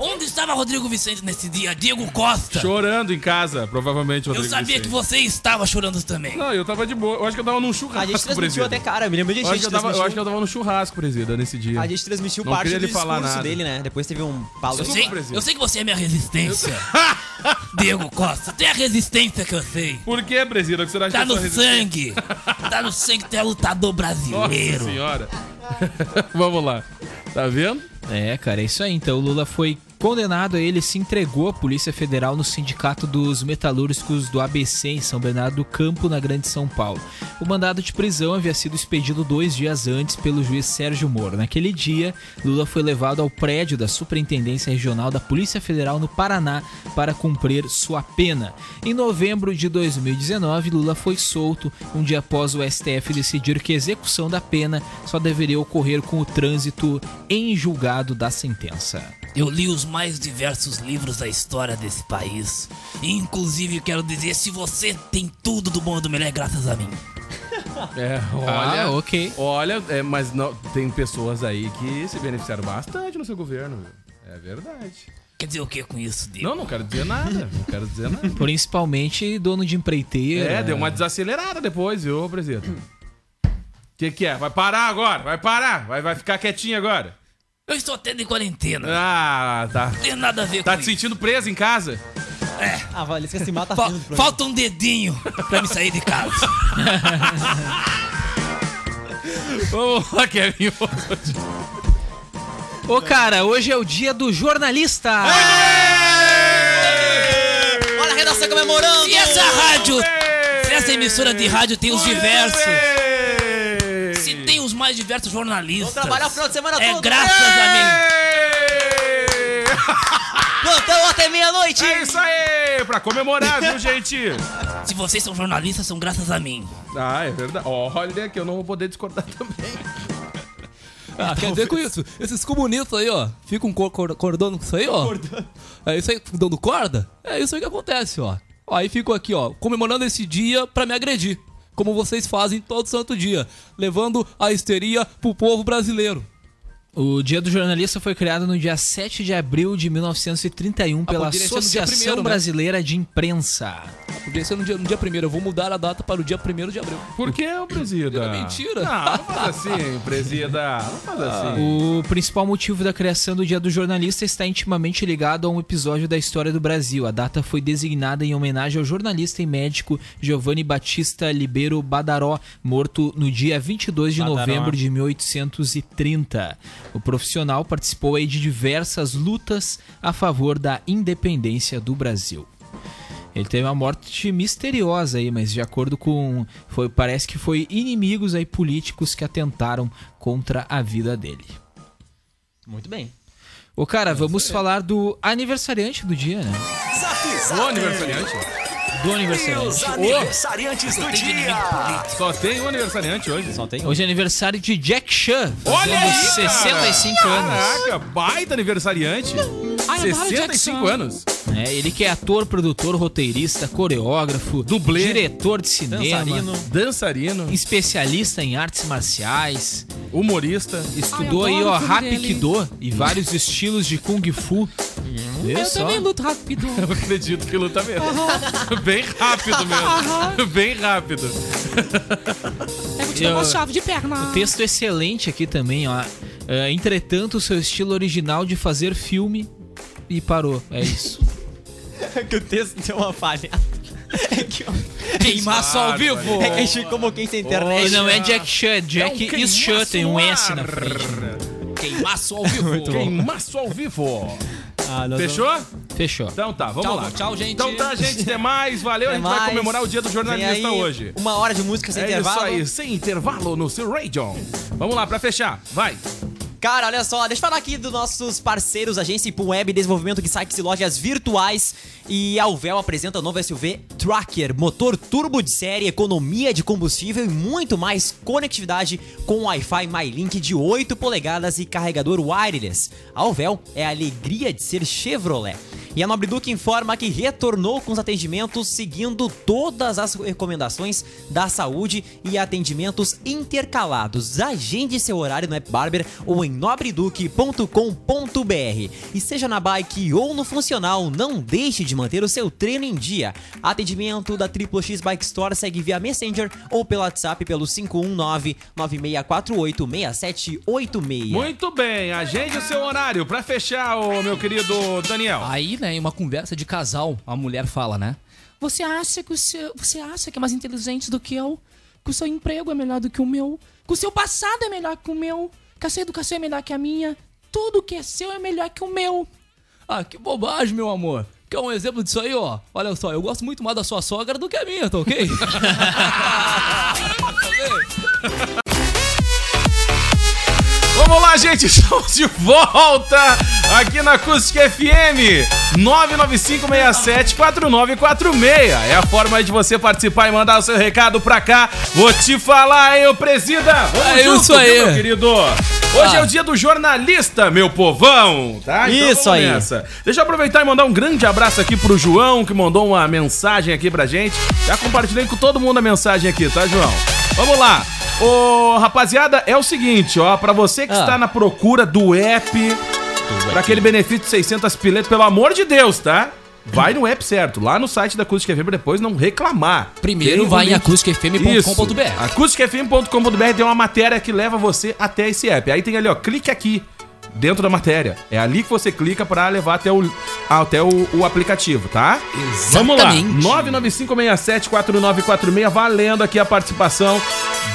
Speaker 13: Onde estava Rodrigo Vicente nesse dia? Diego Costa.
Speaker 4: Chorando em casa, provavelmente.
Speaker 13: Eu
Speaker 4: Rodrigo
Speaker 13: sabia que
Speaker 4: Vicente.
Speaker 13: você estava chorando também.
Speaker 4: Não, eu tava de boa. Eu acho que eu tava num
Speaker 6: A gente
Speaker 4: churrasco,
Speaker 6: transmitiu até
Speaker 4: presida.
Speaker 6: cara, me lembro de
Speaker 4: Eu
Speaker 6: gente
Speaker 4: acho, que eu, tava, eu
Speaker 6: transmitiu.
Speaker 4: acho que eu tava no churrasco, presida, nesse dia.
Speaker 6: A gente transmitiu
Speaker 4: Não
Speaker 6: parte
Speaker 4: queria
Speaker 6: do
Speaker 4: lhe falar
Speaker 6: discurso
Speaker 4: nada.
Speaker 6: dele, né? Depois teve um palo.
Speaker 13: Eu sei,
Speaker 4: Brasil.
Speaker 13: eu sei que você é minha
Speaker 4: [LAUGHS]
Speaker 13: resistência. Diego Costa, tem a resistência que eu sei.
Speaker 4: Por que, presida? O que você acha
Speaker 13: Tá
Speaker 4: que eu
Speaker 13: no
Speaker 4: sou resistente?
Speaker 13: sangue. Tá no sangue, tu é lutador
Speaker 4: Nossa
Speaker 13: brasileiro.
Speaker 4: senhora. [LAUGHS] Vamos lá. Tá vendo?
Speaker 7: É, cara, é isso aí. Então o Lula foi condenado, aí ele se entregou à Polícia Federal no Sindicato dos Metalúrgicos do ABC em São Bernardo do Campo, na Grande São Paulo. O mandado de prisão havia sido expedido dois dias antes pelo juiz Sérgio Moro. Naquele dia, Lula foi levado ao prédio da Superintendência Regional da Polícia Federal no Paraná para cumprir sua pena. Em novembro de 2019, Lula foi solto um dia após o STF decidir que a execução da pena só deveria ocorrer com o trânsito em julgado da sentença.
Speaker 13: Eu li os mais diversos livros da história desse país. E, Inclusive, eu quero dizer, se você tem tudo do bom e do melhor, é graças a mim.
Speaker 4: É, olha.
Speaker 7: Ah, ok.
Speaker 4: Olha, é, mas não, tem pessoas aí que se beneficiaram bastante no seu governo. meu. É verdade.
Speaker 13: Quer dizer o que com isso, Diego?
Speaker 4: Não, não quero dizer nada. Não quero dizer nada.
Speaker 7: Principalmente dono de empreiteira.
Speaker 4: É, deu uma desacelerada depois, viu, presidente? O [CLEARS THROAT] que, que é? Vai parar agora? Vai parar? Vai, vai ficar quietinho agora?
Speaker 13: Eu estou até de quarentena.
Speaker 4: Ah, tá.
Speaker 13: Não tem nada a ver
Speaker 4: Tá
Speaker 13: com
Speaker 4: te sentindo preso em casa?
Speaker 6: Ah, Valesca se mata
Speaker 13: isso.
Speaker 6: rindo do
Speaker 13: Fa-
Speaker 6: programa.
Speaker 13: Falta um dedinho pra me sair de casa.
Speaker 4: Vamos lá, Kevin.
Speaker 7: Ô, cara, hoje é o dia do jornalista!
Speaker 4: É!
Speaker 6: Olha a redação comemorando!
Speaker 13: Se essa rádio, se essa emissora de rádio tem os diversos, se tem os mais diversos jornalistas,
Speaker 6: Trabalhar o final de semana
Speaker 13: é
Speaker 6: todo!
Speaker 13: graças a mim.
Speaker 6: Plantão até meia-noite!
Speaker 4: É isso aí! Pra comemorar, viu, gente? [LAUGHS]
Speaker 13: Se vocês são jornalistas, são graças a mim.
Speaker 4: Ah, é verdade. Olha que eu não vou poder discordar [LAUGHS] também.
Speaker 5: Ah, quer dizer com isso? Esses comunistas aí, ó, ficam cor- cor- cordando com isso aí, ó. É isso aí, dando corda? É isso aí que acontece, ó. Ó, Aí ficam aqui, ó, comemorando esse dia pra me agredir. Como vocês fazem todo santo dia, levando a histeria pro povo brasileiro.
Speaker 7: O Dia do Jornalista foi criado no dia 7 de abril de 1931 pela
Speaker 5: poderia ser Ah, no dia
Speaker 7: Associação
Speaker 5: primeiro, né?
Speaker 7: Brasileira de Imprensa.
Speaker 5: Ah, Podia ser no dia, no dia primeiro, eu vou mudar a data para o dia 1 de abril.
Speaker 4: Por que, ô, presida?
Speaker 5: Mentira.
Speaker 4: Não, não faz assim, presida. Não faz assim.
Speaker 7: O principal motivo da criação do Dia do Jornalista está intimamente ligado a um episódio da história do Brasil. A data foi designada em homenagem ao jornalista e médico Giovanni Batista Libero Badaró, morto no dia 22 de novembro de 1830. O profissional participou aí de diversas lutas a favor da independência do Brasil. Ele teve uma morte misteriosa aí, mas de acordo com. Foi, parece que foi inimigos aí políticos que atentaram contra a vida dele.
Speaker 6: Muito bem.
Speaker 7: Ô, cara, vamos falar do aniversariante do dia, né?
Speaker 8: Zap,
Speaker 4: Ô,
Speaker 8: zap.
Speaker 4: aniversariante.
Speaker 8: E
Speaker 7: do
Speaker 8: os
Speaker 7: aniversariante.
Speaker 8: aniversariantes do dia.
Speaker 4: Só tem um aniversariante hoje. Só tem
Speaker 7: Hoje é aniversário de Jack Chan.
Speaker 4: Olha aí,
Speaker 7: fazendo 65 anos.
Speaker 4: Caraca, baita aniversariante.
Speaker 7: Ah, é o Harry
Speaker 4: 65
Speaker 7: Jackson.
Speaker 4: anos.
Speaker 7: É, ele que é ator, produtor, roteirista, coreógrafo,
Speaker 4: Dublê.
Speaker 7: diretor de cinema,
Speaker 4: Dançarino. Dançarino.
Speaker 7: especialista em artes marciais,
Speaker 4: Humorista.
Speaker 7: estudou
Speaker 5: Ai,
Speaker 7: aí,
Speaker 5: adoro
Speaker 7: ó,
Speaker 5: o filme dele,
Speaker 7: Hapkido e vários estilos de Kung Fu. Vê só.
Speaker 13: [LAUGHS]
Speaker 5: luto rápido. um
Speaker 4: Eu acredito que luta mesmo. [LAUGHS] Bem rápido mesmo. Bem rápido.
Speaker 5: Eu vou
Speaker 7: te dar uma Eu-
Speaker 5: chave de perna.
Speaker 7: O texto excelente aqui também, ó. É, entretanto, seu estilo original de fazer filme e parou. É isso.
Speaker 6: que o texto deu uma falha. [LAUGHS] É que,
Speaker 5: Queimar só ao vivo.
Speaker 6: é que a gente como quem sem
Speaker 7: Ele
Speaker 6: internet.
Speaker 7: não é Jack Chan, é Jack
Speaker 4: queimaço
Speaker 7: Chan, tem um
Speaker 4: no
Speaker 7: S
Speaker 4: ar.
Speaker 7: na frente.
Speaker 5: Queimaço ao vivo.
Speaker 4: Queimaço ao vivo.
Speaker 6: Ah, nós vamos-
Speaker 4: Fechou?
Speaker 7: Fechou.
Speaker 4: Então tá, vamos
Speaker 5: Tchau,
Speaker 4: lá.
Speaker 5: tchau, gente.
Speaker 4: Então tá, gente, até mais. Valeu, a gente vai
Speaker 6: Mas
Speaker 4: comemorar o dia do
Speaker 6: vem
Speaker 4: jornalista
Speaker 6: aí
Speaker 4: hoje.
Speaker 6: Uma hora de música sem
Speaker 4: É
Speaker 6: intervalo.
Speaker 4: isso aí, sem intervalo no seu Radio. Vamos lá, pra fechar. Vai.
Speaker 6: Cara, olha só, deixa eu falar aqui dos nossos parceiros, agência Ipum Web Desenvolvimento que sites e lojas virtuais. E a Alvel apresenta o novo SUV Tracker, motor turbo de série, economia de combustível e muito mais conectividade com Wi-Fi MyLink de 8 polegadas e carregador wireless. A Alvel é a alegria de ser Chevrolet. E a Nobre Duque informa que retornou com os atendimentos seguindo todas as recomendações da saúde e atendimentos intercalados. Agende seu horário no App Barber ou em nobreduque.com.br. E seja na bike ou no funcional, não deixe de manter o seu treino em dia. Atendimento da Triplo X Bike Store segue via Messenger ou pelo WhatsApp pelo 519 9648 6786.
Speaker 4: Muito bem, agende o seu horário pra fechar, ô, meu querido Daniel.
Speaker 5: Aí, né, em uma conversa de casal, a mulher fala, né? Você acha que o seu, você acha que é mais inteligente do que eu? Que o seu emprego é melhor do que o meu? Que o seu passado é melhor que o meu? Que a sua educação é melhor que a minha? Tudo que é seu é melhor que o meu. Ah, que bobagem, meu amor. Quer um exemplo disso aí, ó? Olha só, eu gosto muito mais da sua sogra do que a minha, tá
Speaker 6: [LAUGHS]
Speaker 5: ok?
Speaker 4: Vamos lá, gente, [LAUGHS] estamos de volta aqui na Acústica FM 995674946. É a forma de você participar e mandar o seu recado pra cá. Vou te falar, hein, ô presida. Vamos
Speaker 5: É
Speaker 4: junto,
Speaker 5: isso aí.
Speaker 4: viu, meu querido. Hoje
Speaker 5: Ah.
Speaker 4: é o dia do jornalista, meu povão. Tá?
Speaker 6: Isso
Speaker 4: vamos
Speaker 6: aí.
Speaker 4: nessa. Deixa eu aproveitar e mandar um grande abraço aqui pro João, que mandou uma mensagem aqui pra gente. Já compartilhei com todo mundo a mensagem aqui, tá, João? Vamos lá. Ô, rapaziada, é o seguinte, ó, pra você que
Speaker 6: Ah.
Speaker 4: está na procura do app pra aquele benefício de 600 piletas, pelo amor de Deus, tá? Vai no app certo, lá no site da Acústica FM pra depois não reclamar.
Speaker 5: Primeiro
Speaker 4: Tem um
Speaker 5: vai em
Speaker 4: link
Speaker 5: acusticfm.com.br.
Speaker 4: acusticfm.com.br tem uma matéria que leva você até esse app. Aí tem ali, ó, clique aqui dentro da matéria. É ali que você clica pra levar até o até o, o aplicativo, tá? Vamos lá. 995674946 valendo aqui a participação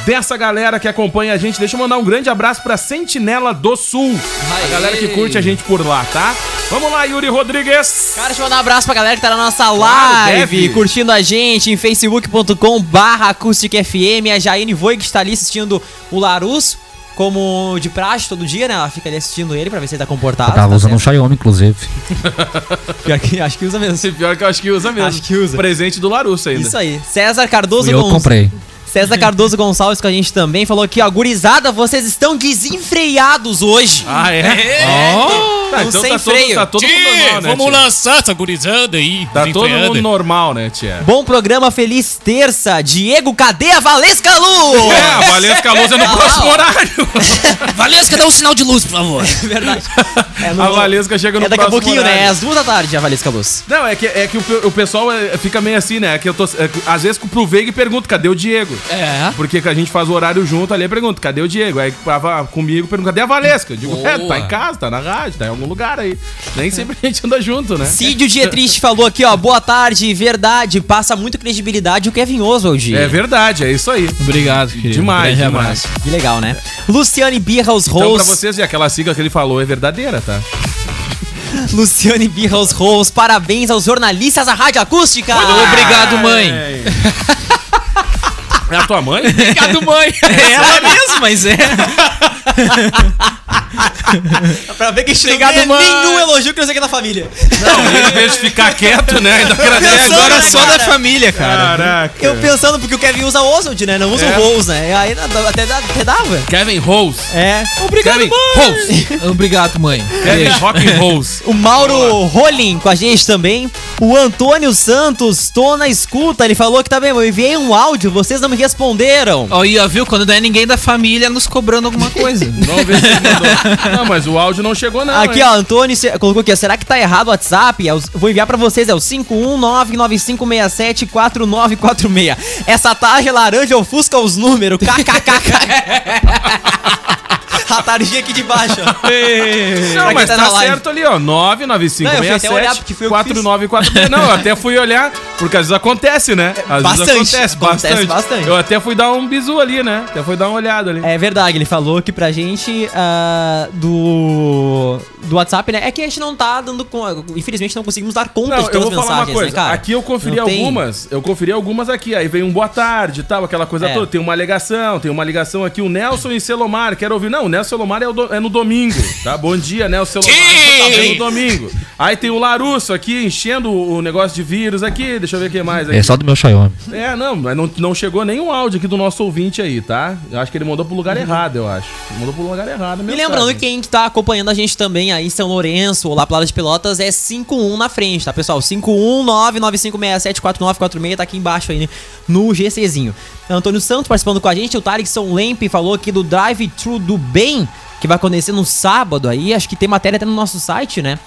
Speaker 4: dessa galera que acompanha a gente. Deixa eu mandar um grande abraço pra Sentinela do Sul. A
Speaker 5: Aê.
Speaker 4: galera que curte a gente por lá, tá? Vamos lá, Yuri Rodrigues.
Speaker 6: Cara, deixa eu mandar um abraço pra galera que tá na nossa
Speaker 4: deve.
Speaker 6: live, curtindo a gente em facebook.com barra acústica FM, a Jaine Voig que está ali assistindo o Larus, como de praxe todo dia, né? Ela fica ali assistindo ele pra ver se ele tá comportado.
Speaker 17: Tava
Speaker 6: tá
Speaker 17: usando um
Speaker 6: certo?
Speaker 17: Xiaomi, inclusive.
Speaker 6: Pior que- acho que usa mesmo.
Speaker 4: Pior que eu acho que usa mesmo.
Speaker 6: Acho que usa.
Speaker 4: Presente do Larusso ainda.
Speaker 6: Isso aí. César Cardoso
Speaker 17: E eu
Speaker 6: Gonz-
Speaker 17: comprei.
Speaker 6: César Cardoso Gonçalves com a gente também falou aqui, ó, gurizada, vocês estão desenfreados hoje.
Speaker 4: Ah, é? Ó. Tá,
Speaker 6: Um
Speaker 4: então
Speaker 6: sem
Speaker 4: tá todo,
Speaker 6: freio.
Speaker 4: tá todo mundo normal, né?
Speaker 13: vamos
Speaker 4: tia?
Speaker 13: lançar essa gurizada aí.
Speaker 4: Tá todo mundo normal, né, tia?
Speaker 6: Bom programa, feliz terça. Diego, cadê a Valesca Lu?
Speaker 4: É, a Valesca Luz é no próximo horário.
Speaker 13: Valesca, dá um sinal de luz, por favor.
Speaker 6: Verdade. É no-
Speaker 4: A Valesca chega no
Speaker 6: É daqui a
Speaker 4: próximo
Speaker 6: pouquinho, né?
Speaker 4: horário.
Speaker 6: Às duas da tarde, a Valesca Luz.
Speaker 4: Não, é que, é que o, pe- o pessoal é, fica meio assim, né? É que eu tô, é que às vezes pro Veiga e pergunto, cadê o Diego?
Speaker 5: É.
Speaker 4: Porque que a gente faz o horário junto ali, eu pergunto, cadê o Diego? Aí tava comigo, pergunta, cadê a Valesca? Eu digo, é,
Speaker 5: Boa.
Speaker 4: tá em casa, tá na rádio, tá em algum lugar aí. Nem sempre a gente anda junto, né?
Speaker 6: Cídio Dia
Speaker 4: [LAUGHS]
Speaker 6: Triste falou aqui, ó. Boa tarde, verdade. Passa muito credibilidade o Kevin Oswald.
Speaker 4: É verdade, é isso aí.
Speaker 7: Obrigado, querido.
Speaker 4: Demais,
Speaker 7: Grande
Speaker 4: demais.
Speaker 7: abraço.
Speaker 6: Que legal, né? Luciane Birros
Speaker 4: Então, pra
Speaker 6: Rolls.
Speaker 4: vocês, e aquela sigla que ele falou é verdadeira, tá?
Speaker 6: [LAUGHS] Luciane Birros Rolls, Ah, parabéns aos jornalistas da Rádio Acústica.
Speaker 7: Obrigado, mãe.
Speaker 4: É a tua mãe?
Speaker 7: Obrigado, mãe. É ela mesmo, mas é.
Speaker 6: pra ver que a gente
Speaker 7: Obrigado,
Speaker 6: não
Speaker 7: mãe.
Speaker 6: tem nenhum elogio que não sei que é da família.
Speaker 4: Não, em vez de ficar quieto, né? Ainda
Speaker 7: É
Speaker 4: agradece.
Speaker 7: agora
Speaker 6: né,
Speaker 7: só
Speaker 6: cara?
Speaker 7: da família, cara.
Speaker 4: Caraca.
Speaker 6: Eu pensando, porque o Kevin usa Oswald, né? Não usa
Speaker 4: É.
Speaker 6: o Rose, né? E Aí nada- até, dá- até dava.
Speaker 4: Kevin Rose.
Speaker 6: É. Obrigado,
Speaker 4: Kevin Rose.
Speaker 7: Obrigado, mãe.
Speaker 4: Kevin Rock Rose.
Speaker 6: O Mauro Rolim com a gente também. O Antônio Santos, tô na escuta. Ele falou que tá bem, eu enviei um áudio, vocês não me responderam.
Speaker 7: Ó, Aí, ó, viu? Quando não é ninguém da família nos cobrando alguma coisa.
Speaker 4: Vamos ver se ele mandou. Não, mas o áudio não chegou, não. é.
Speaker 6: Aqui,
Speaker 4: hein?
Speaker 6: ó, Antônio se- colocou aqui, ó, será que tá errado o WhatsApp? É o- vou enviar pra vocês, é o 51995674946. Essa tarja laranja ofusca os números,
Speaker 4: [LAUGHS]
Speaker 6: kkkk. A tarjinha aqui de baixo, ó.
Speaker 4: Não,
Speaker 6: Aqui
Speaker 4: mas
Speaker 6: tá
Speaker 4: tá,
Speaker 6: na live.
Speaker 4: certo ali, ó. 995
Speaker 6: Não, eu fui até olhar, porque fui eu que fiz.
Speaker 4: 4946. Não, eu até fui olhar, porque às vezes acontece, né? Às
Speaker 6: Bastante.
Speaker 4: vezes acontece,
Speaker 6: Acontece
Speaker 4: bastante.
Speaker 6: bastante.
Speaker 4: Eu até fui dar um bisu ali, né? Até fui dar uma olhada ali.
Speaker 6: É verdade, ele falou que pra gente ah, do do WhatsApp, né? É que a gente não tá dando con- infelizmente não conseguimos dar conta
Speaker 4: Não,
Speaker 6: É, de
Speaker 4: eu
Speaker 6: todas
Speaker 4: vou
Speaker 6: as mensagens,
Speaker 4: falar uma coisa.
Speaker 6: né, cara?
Speaker 4: aqui eu conferi
Speaker 6: Não tem-
Speaker 4: algumas. Eu conferi algumas aqui. Aí veio um boa tarde e tal, aquela coisa
Speaker 6: É.
Speaker 4: toda. Tem uma alegação, tem uma ligação aqui. O Nelson e Selomar, quero ouvir. Não, o Nelson e Selomar é, o do- é no domingo. Tá? Bom dia, Nelson e Selomar. Tá bem no domingo. Aí tem o Larusso aqui, enchendo o negócio de vírus aqui. Deixa eu ver o que mais aqui.
Speaker 5: É só do meu Xiaomi.
Speaker 4: É, não, mas não, não chegou nenhum áudio aqui do nosso ouvinte aí, tá? Eu acho que ele mandou pro lugar errado, eu acho. Ele mandou pro lugar errado
Speaker 6: E
Speaker 4: mesmo.
Speaker 6: lembrando que quem tá acompanhando a gente também aí em São Lourenço ou lá pra Lada de Pelotas é 51 na frente, tá, pessoal? 51995674946 tá aqui embaixo aí né, no GCzinho. Antônio Santos participando com a gente, o Tarikson Lemp falou aqui do Drive Thru do Bem, que vai acontecer no sábado aí, acho que tem matéria até no nosso site, né?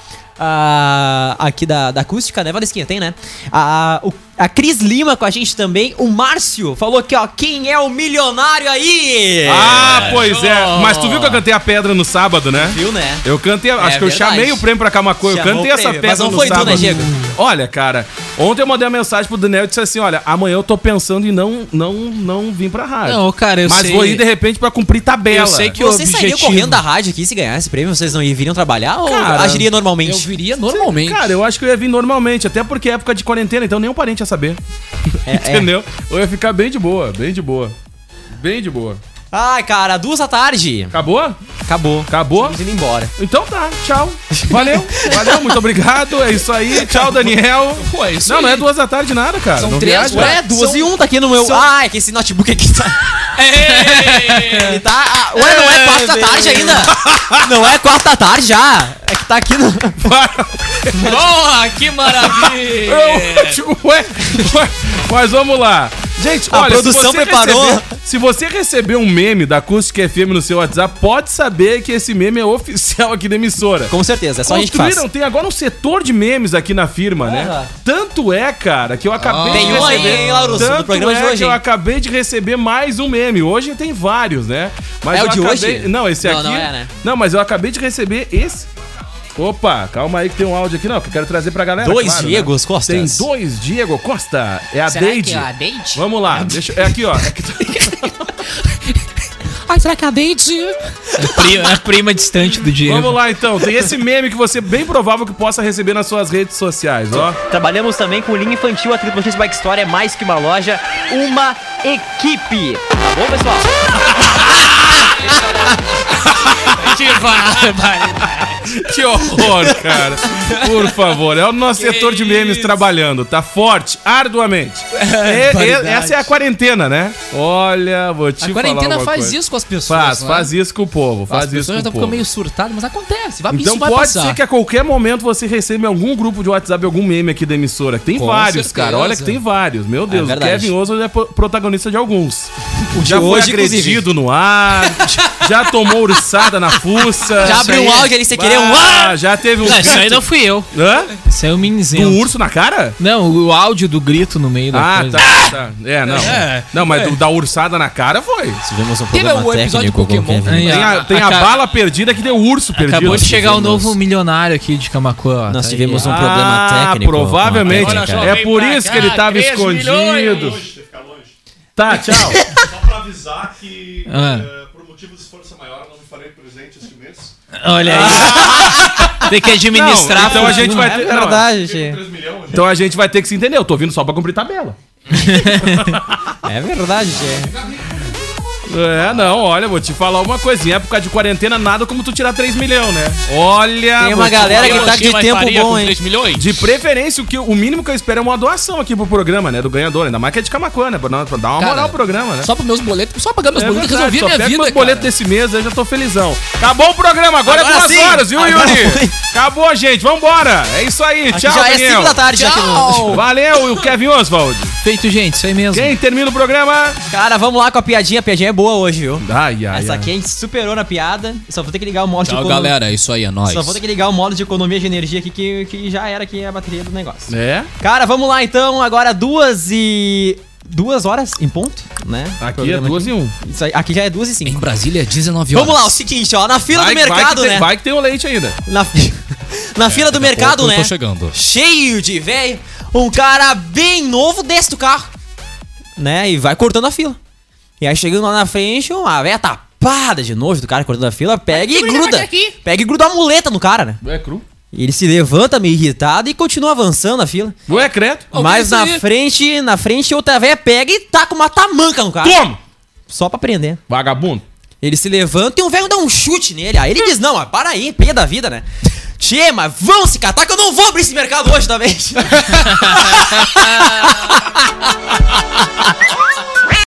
Speaker 6: Ah, aqui da, da acústica, né, Valesquinha? Tem, né? A, o- a Cris Lima com a gente também. O Márcio falou aqui, ó. Quem é o milionário aí?
Speaker 4: Ah, pois é. Mas tu viu que eu cantei a pedra no sábado, né?
Speaker 6: Viu, né?
Speaker 4: Eu cantei, acho que eu
Speaker 6: verdade.
Speaker 4: chamei o prêmio pra Camacuã, eu
Speaker 6: Chamou
Speaker 4: cantei
Speaker 6: o
Speaker 4: essa
Speaker 6: prêmio,
Speaker 4: pedra
Speaker 6: mas não
Speaker 4: no
Speaker 6: foi tu,
Speaker 4: sábado.
Speaker 6: né, Diego?
Speaker 4: Olha, cara, ontem eu mandei uma mensagem pro Daniel e disse assim, olha, amanhã eu tô pensando em não, não, não vir pra rádio.
Speaker 7: Não, cara, eu
Speaker 4: Mas
Speaker 7: sei-
Speaker 4: vou ir, de repente, pra cumprir tabela.
Speaker 7: Eu sei que o
Speaker 6: Vocês sairiam
Speaker 7: objetivo-
Speaker 6: correndo da rádio aqui se ganhasse prêmio? Vocês não iriam trabalhar ou
Speaker 4: Cara,
Speaker 6: agiria normalmente?
Speaker 5: Eu viria normalmente.
Speaker 4: Cara, eu acho que eu ia vir normalmente, até porque é época de quarentena, então nenhum parente ia saber.
Speaker 6: É,
Speaker 5: É.
Speaker 4: Entendeu? Eu ia ficar bem de boa, bem de boa. Bem de boa.
Speaker 6: Ai, cara, duas da tarde.
Speaker 4: Acabou?
Speaker 6: Acabou.
Speaker 4: Acabou?
Speaker 6: Estamos indo embora.
Speaker 4: Então tá, tchau.
Speaker 5: [LAUGHS]
Speaker 4: Valeu, valeu, muito obrigado. É isso aí. Tchau, Daniel.
Speaker 5: Pô, é isso
Speaker 4: não, não
Speaker 5: aí.
Speaker 4: é duas da tarde nada, cara.
Speaker 5: São
Speaker 4: não
Speaker 5: três,
Speaker 4: viaja.
Speaker 5: ué.
Speaker 6: É, duas
Speaker 5: São-
Speaker 6: e um tá aqui no meu. Ah, é que esse notebook aqui tá. Ele tá. ah, ué, não é quatro da tarde ainda? Não é quatro da tarde já. É que tá aqui no.
Speaker 5: [LAUGHS] Porra, que maravilha!
Speaker 4: Eu, tipo, ué, ué, mas vamos lá. Gente,
Speaker 6: A
Speaker 4: olha,
Speaker 6: produção
Speaker 4: se você
Speaker 6: preparou.
Speaker 4: receber- se você receber um meme da Acústica FM no seu WhatsApp, pode saber que esse meme é oficial aqui da emissora.
Speaker 6: Com certeza, é só a gente que faz.
Speaker 4: Construíram, tem agora um setor de memes aqui na firma, né?
Speaker 6: Aham.
Speaker 4: Tanto é, cara, que eu acabei
Speaker 6: Tem
Speaker 4: de
Speaker 6: um aí,
Speaker 4: receber.
Speaker 6: hein, Laurus, do
Speaker 4: tanto
Speaker 6: programa
Speaker 4: é
Speaker 6: de hoje,
Speaker 4: que eu
Speaker 6: hein?
Speaker 4: acabei de receber mais um meme. Hoje tem vários, né? Mas
Speaker 6: É o
Speaker 4: eu
Speaker 6: de
Speaker 4: acabei-
Speaker 6: hoje?
Speaker 4: Não, esse
Speaker 6: Não,
Speaker 4: aqui.
Speaker 6: não é, né?
Speaker 4: Não, mas eu acabei de receber esse. Opa, calma aí que tem um áudio aqui, não, que eu quero trazer pra galera.
Speaker 6: Dois
Speaker 4: claro, né?
Speaker 6: Diegos Costas.
Speaker 4: Tem dois Diego Costa. É a
Speaker 17: Será
Speaker 4: Deide.
Speaker 17: que é a Deide?
Speaker 4: Vamos lá, deixa. É aqui, ó. É que tá-
Speaker 17: Ai, será que é a Deide?
Speaker 7: prima,
Speaker 4: é
Speaker 7: a prima distante do Diego.
Speaker 4: Vamos lá então. Tem esse meme que você bem provável que possa receber nas suas redes sociais, ó.
Speaker 6: Trabalhamos também com linha infantil. A Tribo Notícias Bike Store é mais que uma loja, uma equipe. Tá bom, pessoal?
Speaker 4: Que horror, cara. Por favor, é o nosso setor de memes trabalhando, tá forte, arduamente. É, é, essa é a quarentena, né? Olha, vou te
Speaker 5: A
Speaker 4: falar
Speaker 5: quarentena
Speaker 4: uma
Speaker 5: faz
Speaker 4: coisa.
Speaker 5: isso com as pessoas.
Speaker 4: Faz,
Speaker 5: né?
Speaker 4: faz isso com o povo,
Speaker 5: As
Speaker 4: faz isso
Speaker 5: pessoas já
Speaker 4: com
Speaker 5: estão
Speaker 4: o povo.
Speaker 5: ficando meio surtadas, mas acontece. Vai,
Speaker 4: Então
Speaker 5: isso vai
Speaker 4: pode
Speaker 5: passar.
Speaker 4: ser que a qualquer momento você receba em algum grupo de WhatsApp algum meme aqui da emissora. Tem
Speaker 5: Com
Speaker 4: vários,
Speaker 5: certeza.
Speaker 4: cara. Olha que tem vários. Meu Deus, o
Speaker 6: verdade.
Speaker 4: Kevin Oswald é po- protagonista de alguns. já foi
Speaker 6: hoje,
Speaker 4: agredido
Speaker 6: inclusive.
Speaker 4: no ar, [LAUGHS] já tomou uruçada na fuça.
Speaker 6: Já abriu um áudio ali sem querer um
Speaker 4: Ah, já teve um.
Speaker 7: Não, isso aí não fui eu.
Speaker 4: Hã?
Speaker 7: Isso aí é o
Speaker 4: Do
Speaker 7: Minzinho.
Speaker 4: urso na cara?
Speaker 7: Não, o áudio do grito no meio da
Speaker 4: Ah,
Speaker 7: coisa.
Speaker 4: tá, tá. É, não.
Speaker 5: É.
Speaker 4: não, mas do- da ursada na cara foi.
Speaker 6: Tivemos um
Speaker 7: é
Speaker 5: Teve um episódio de Pokémon.
Speaker 7: Aí,
Speaker 4: Tem
Speaker 7: ó,
Speaker 4: a, tem a
Speaker 7: né? aca-
Speaker 4: bala perdida que deu urso perdido.
Speaker 7: Acabou de chegar um o novo milionário aqui de Camacuã. ó,
Speaker 6: Nós
Speaker 7: tá aí.
Speaker 6: tivemos um
Speaker 4: Ah,
Speaker 6: problema técnico. com a
Speaker 4: Provavelmente.
Speaker 6: técnica.
Speaker 5: Olha só,
Speaker 4: é
Speaker 5: vem
Speaker 4: por
Speaker 5: pra
Speaker 4: isso
Speaker 5: cá,
Speaker 4: que ele tava
Speaker 5: três
Speaker 4: escondido. Tá,
Speaker 6: [LAUGHS]
Speaker 4: tchau.
Speaker 7: Ah,
Speaker 1: É, Por motivos de força maior, não me farei presente este mês.
Speaker 7: olha aí. Tem que administrar.
Speaker 4: Não, Ah, então a
Speaker 7: futuro.
Speaker 4: gente vai ter.
Speaker 6: É
Speaker 4: não,
Speaker 6: verdade, gente.
Speaker 4: então a gente vai ter que se entender. Eu tô vindo só pra cumprir tabela.
Speaker 6: É verdade, é.
Speaker 4: É, não, olha, vou te falar uma coisa. Em época de quarentena, nada como tu tirar 3 milhões, né? Olha.
Speaker 6: Tem uma
Speaker 4: vou te
Speaker 6: galera
Speaker 4: falar.
Speaker 6: que tá de tempo bom, hein?
Speaker 4: De preferência, o, que, o mínimo que eu espero é uma doação aqui pro programa, né? Do ganhador. Ainda mais que é de Camacuã, né? Pra dar pra dar uma
Speaker 5: Cara,
Speaker 4: moral pro programa, né?
Speaker 5: Só pros meus boletos, só pagar meus
Speaker 4: É
Speaker 5: boletos,
Speaker 4: verdade,
Speaker 5: resolvi
Speaker 4: só
Speaker 5: a minha
Speaker 4: pega
Speaker 5: vida.
Speaker 4: meus boletos desse mês, eu já tô felizão. Acabou o programa, agora, é
Speaker 6: Agora
Speaker 4: duas
Speaker 6: sim.
Speaker 4: horas, viu,
Speaker 6: Agora
Speaker 4: Yuri?
Speaker 6: foi.
Speaker 4: Acabou, gente, vambora. É isso aí,
Speaker 6: Aqui
Speaker 4: tchau,
Speaker 6: já é
Speaker 4: Daniel.
Speaker 6: 5 da tarde já aqui no...
Speaker 4: Valeu, o Kevin Oswald.
Speaker 7: Feito, gente, isso aí mesmo.
Speaker 4: Quem termina o programa?
Speaker 6: Cara, vamos lá com a piadinha. A piadinha é boa hoje, viu?
Speaker 4: Ai, ai,
Speaker 6: Essa
Speaker 4: ai.
Speaker 6: aqui a gente superou na piada. Só vou ter que ligar o modo de
Speaker 5: Tchau,
Speaker 6: economia.
Speaker 5: galera. Isso aí é nóis.
Speaker 6: Só vou ter que ligar o modo de economia de energia aqui que, que já era aqui a bateria do negócio.
Speaker 4: É?
Speaker 6: Cara, vamos lá então. Agora duas e. Duas horas em ponto, né?
Speaker 4: Aqui é
Speaker 6: Programa
Speaker 4: 2 e 1. Um.
Speaker 6: Isso aí- aqui já é duas e cinco.
Speaker 5: Em Brasília, 19 horas.
Speaker 6: Vamos lá, é o seguinte, ó. Na fila
Speaker 4: Vai-
Speaker 6: do mercado,
Speaker 4: vai que tem-
Speaker 6: né?
Speaker 4: Vai que tem o leite ainda.
Speaker 6: Na, fi- [LAUGHS] na fila do mercado,
Speaker 5: eu
Speaker 6: né?
Speaker 5: tô chegando.
Speaker 6: Cheio de velho. Um cara bem novo desce do carro. Né? E vai cortando a fila. E aí chegando lá na frente, uma velha tapada de nojo do cara cortando a fila, pega e gruda. Pega e gruda a muleta no cara, né?
Speaker 4: É cru.
Speaker 6: E ele se levanta meio irritado e continua avançando a fila.
Speaker 4: Ué, credo.
Speaker 5: Alguém
Speaker 6: Mas na
Speaker 5: aí?
Speaker 6: frente, na frente, outra velha pega e taca uma tamanca no cara.
Speaker 4: Como?
Speaker 6: Só pra prender.
Speaker 4: Vagabundo.
Speaker 6: Ele se levanta e um velho dá um chute nele. Aí ele diz: Não, mas para aí, peia da vida, né? Tchê, mas vão se catar que eu não vou abrir esse mercado hoje também.